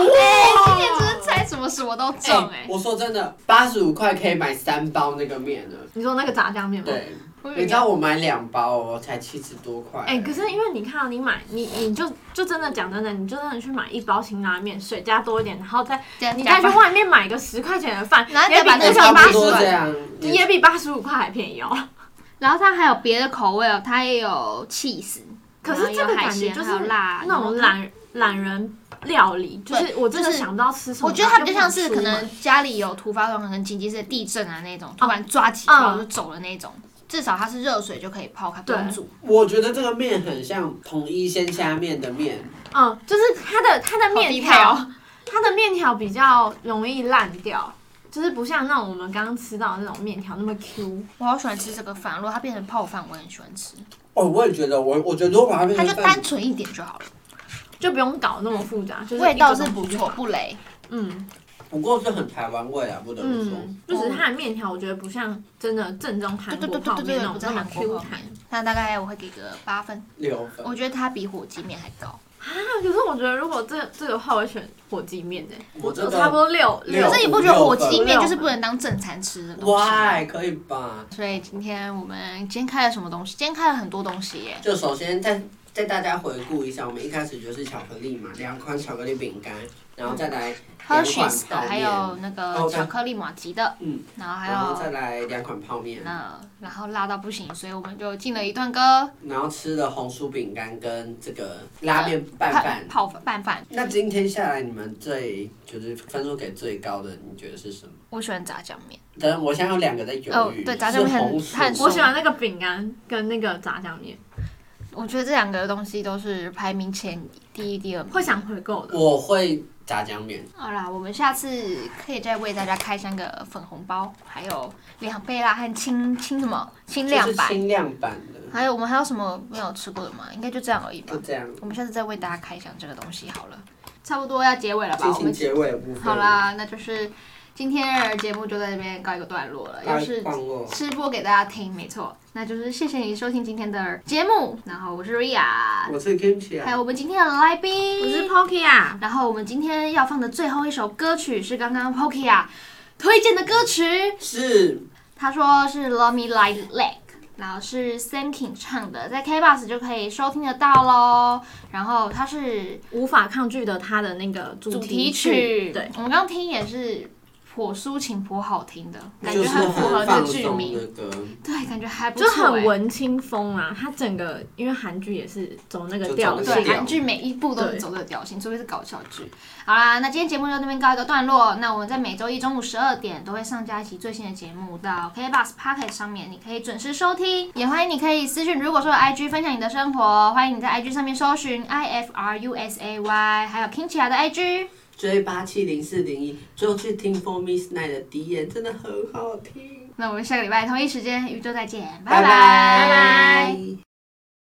[SPEAKER 5] 今天真是猜什么什么都中哎、
[SPEAKER 2] 我说真的，八十五块可以买三包那个面了。
[SPEAKER 3] 你说那个炸酱面吗？。
[SPEAKER 2] 对，
[SPEAKER 5] 我以为
[SPEAKER 2] 你知道我买两包哦，才七十多块。
[SPEAKER 3] 哎、可是因为你看到你买你你就就真的讲真的，你就真的去买一包辛拉面，水加多一点，然后再
[SPEAKER 5] 加
[SPEAKER 3] 你再
[SPEAKER 5] 加
[SPEAKER 3] 去
[SPEAKER 5] 饭
[SPEAKER 3] 外面买个十块钱的饭，
[SPEAKER 5] 然后
[SPEAKER 3] 也
[SPEAKER 5] 再
[SPEAKER 3] 比
[SPEAKER 5] 把那
[SPEAKER 2] 也
[SPEAKER 5] 个
[SPEAKER 3] 这
[SPEAKER 2] 差
[SPEAKER 5] 饭
[SPEAKER 3] 八
[SPEAKER 2] 不
[SPEAKER 3] 十
[SPEAKER 2] 多这
[SPEAKER 3] 块，
[SPEAKER 2] 样，
[SPEAKER 3] 也比八十五块还便宜哦。
[SPEAKER 5] 然后它还有别的口味哦，它也有 cheese，
[SPEAKER 3] 可是这
[SPEAKER 5] 然后
[SPEAKER 3] 个
[SPEAKER 5] 有海
[SPEAKER 3] 感觉
[SPEAKER 5] 鲜，
[SPEAKER 3] 就是
[SPEAKER 5] 还有辣
[SPEAKER 3] 那种。
[SPEAKER 5] 然后
[SPEAKER 3] 懒懒人料理，就是我真的
[SPEAKER 5] 就是
[SPEAKER 3] 想不到吃什么，
[SPEAKER 5] 我觉得它比较
[SPEAKER 3] 然后
[SPEAKER 5] 像
[SPEAKER 3] 就是不
[SPEAKER 5] 可
[SPEAKER 3] 出门
[SPEAKER 5] 能家里有突发状况，可能紧急是地震啊那种，突然抓起
[SPEAKER 3] 嗯
[SPEAKER 5] 然后就走了那种。至少它是热水就可以泡开，不用
[SPEAKER 3] 对
[SPEAKER 5] 煮。
[SPEAKER 2] 我觉得这个面很像统一鲜虾面的面，
[SPEAKER 3] 嗯，就是它的它的面
[SPEAKER 5] 低配
[SPEAKER 3] 条，它的面条比较容易烂掉，就是不像那种我们刚刚吃到的那种面条那么 Q。
[SPEAKER 5] 我好喜欢吃这个饭，如果它变成泡饭，我很喜欢吃。
[SPEAKER 2] 哦，我也觉得，我我觉得如果把它变
[SPEAKER 5] 它
[SPEAKER 2] 成
[SPEAKER 5] 就
[SPEAKER 2] 饭
[SPEAKER 5] 单纯一点就好了，
[SPEAKER 3] 就不用搞那么复杂，就是
[SPEAKER 5] 味道是
[SPEAKER 3] 一个
[SPEAKER 5] 不
[SPEAKER 3] 东西就
[SPEAKER 5] 错，
[SPEAKER 3] 好，
[SPEAKER 5] 不雷。
[SPEAKER 3] 嗯
[SPEAKER 2] 不过是很台湾味啊，不得不说。
[SPEAKER 3] 嗯，就只是它的面条，我觉得不像真的正宗
[SPEAKER 5] 对
[SPEAKER 3] 韩
[SPEAKER 5] 对
[SPEAKER 3] 国
[SPEAKER 5] 对对
[SPEAKER 3] 泡
[SPEAKER 5] 对
[SPEAKER 3] 面
[SPEAKER 5] 对，
[SPEAKER 3] 那
[SPEAKER 5] 不
[SPEAKER 3] 种
[SPEAKER 5] 在
[SPEAKER 3] 那么
[SPEAKER 5] 韩国
[SPEAKER 3] Q
[SPEAKER 5] 泡
[SPEAKER 3] 弹。
[SPEAKER 5] 面。那大概我会给个八分，
[SPEAKER 2] 六分，
[SPEAKER 5] 我觉得它比火鸡面还高。
[SPEAKER 3] 啊，可是我觉得如果这这个话，我会选火鸡面诶，
[SPEAKER 2] 我这
[SPEAKER 3] 我
[SPEAKER 2] 个
[SPEAKER 3] 差不多六
[SPEAKER 2] 六
[SPEAKER 5] 可是你不觉得火鸡面
[SPEAKER 3] 六
[SPEAKER 5] 就是不能当正餐吃的东西吗
[SPEAKER 2] why 可以吧？
[SPEAKER 5] 所以今天我们今天开了什么东西？今天开了很多东西耶。
[SPEAKER 2] 就首先再带大家回顾一下，我们一开始就是巧克力嘛，两款巧克力饼干，然后再来两款
[SPEAKER 5] Hershey's 的，
[SPEAKER 2] 泡
[SPEAKER 5] 还
[SPEAKER 2] 面，
[SPEAKER 5] 有那个
[SPEAKER 2] 哦对
[SPEAKER 5] 巧克力玛吉的，
[SPEAKER 2] 嗯，
[SPEAKER 5] 然后还
[SPEAKER 2] 然后再
[SPEAKER 5] 有
[SPEAKER 2] 来两款泡面，
[SPEAKER 5] 那然后辣到不行，所以我们就进了一段歌，
[SPEAKER 2] 然后吃了红薯饼干跟这个拉面拌饭。
[SPEAKER 5] 泡泡饭拌饭。
[SPEAKER 2] 那今天下来，你们最就是分数给最高的，你觉得是什么？
[SPEAKER 5] 我喜欢炸酱面，
[SPEAKER 2] 等我现在有两个在犹
[SPEAKER 5] 哦
[SPEAKER 2] 豫，
[SPEAKER 5] 对炸酱面
[SPEAKER 2] 是
[SPEAKER 5] 很
[SPEAKER 2] 红薯
[SPEAKER 5] 很
[SPEAKER 3] 我喜欢那个饼干跟那个炸酱面，
[SPEAKER 5] 我觉得这两个东西都是排名前第一、第二名。
[SPEAKER 3] 会想回购的。
[SPEAKER 2] 我会炸酱面，
[SPEAKER 5] 好啦，我们下次可以再为大家开箱个粉红包，还有两倍辣和清清什么清
[SPEAKER 2] 就
[SPEAKER 5] 凉
[SPEAKER 2] 是
[SPEAKER 5] 版，
[SPEAKER 2] 轻量版的，
[SPEAKER 5] 还有我们还有什么没有吃过的吗？应该就这样而已吧
[SPEAKER 2] 就。这样。
[SPEAKER 5] 我们下次再为大家开箱这个东西好了，差不多要结尾了吧？
[SPEAKER 2] 进
[SPEAKER 5] 我
[SPEAKER 2] 行
[SPEAKER 5] 们
[SPEAKER 2] 结尾的部分。
[SPEAKER 5] 好，啦，那就是今天的节目就在这边告一个段落了，
[SPEAKER 2] 大
[SPEAKER 5] 又
[SPEAKER 2] 家哦
[SPEAKER 5] 是
[SPEAKER 2] 帮我。
[SPEAKER 5] 吃播给大家听，没错，那就是谢谢你收听今天的节目，然后我是 Ria，
[SPEAKER 2] 我是 Kimchi
[SPEAKER 5] 还
[SPEAKER 2] 啊，
[SPEAKER 5] 有我们今天的来宾，
[SPEAKER 3] 我是 Pocky 啊，
[SPEAKER 5] 然后我们今天要放的最后一首歌曲是刚刚 Poki 啊推荐的歌曲，
[SPEAKER 2] 是
[SPEAKER 5] 他说是《Love Me Like Lake》，然后是 Sam King 唱的，在 K Bus 就可以收听得到喽。然后它是
[SPEAKER 3] 无法抗拒的它的那个主
[SPEAKER 5] 主
[SPEAKER 3] 题
[SPEAKER 5] 题曲，
[SPEAKER 3] 对，
[SPEAKER 5] 我们刚刚听也是颇抒情、颇好听的感
[SPEAKER 2] 就
[SPEAKER 5] 觉，
[SPEAKER 2] 是
[SPEAKER 5] 很符合
[SPEAKER 2] 很
[SPEAKER 5] 这
[SPEAKER 2] 放
[SPEAKER 5] 个剧
[SPEAKER 2] 松
[SPEAKER 5] 名，
[SPEAKER 2] 的歌，
[SPEAKER 5] 对，感觉还不
[SPEAKER 3] 就
[SPEAKER 5] 错、欸，
[SPEAKER 3] 很文青风啊。它整个因为韩剧也是走那个
[SPEAKER 2] 就走
[SPEAKER 3] 调
[SPEAKER 2] 那个
[SPEAKER 3] 性啊
[SPEAKER 5] 对，
[SPEAKER 2] 调
[SPEAKER 5] 韩剧每一部都是
[SPEAKER 3] 对
[SPEAKER 5] 走这个调性，除非是搞笑剧。好啦，那今天节目就到这边告一个段落。那我们在每周一中午十二点都会上架一期最新的节目到 KBox Pocket 上面，你可以准时收听。也欢迎你可以私讯，如果说有 IG 分享你的生活，欢迎你在 IG 上面搜寻 IFRUSAY，还有 Kinchia 的 IG。
[SPEAKER 2] 追八七零四零一，最后去听 For Miss Night 的迪言真的很好听，
[SPEAKER 5] 那我们下个礼拜同一时间宇宙再见，
[SPEAKER 2] 拜
[SPEAKER 5] 拜拜
[SPEAKER 2] 拜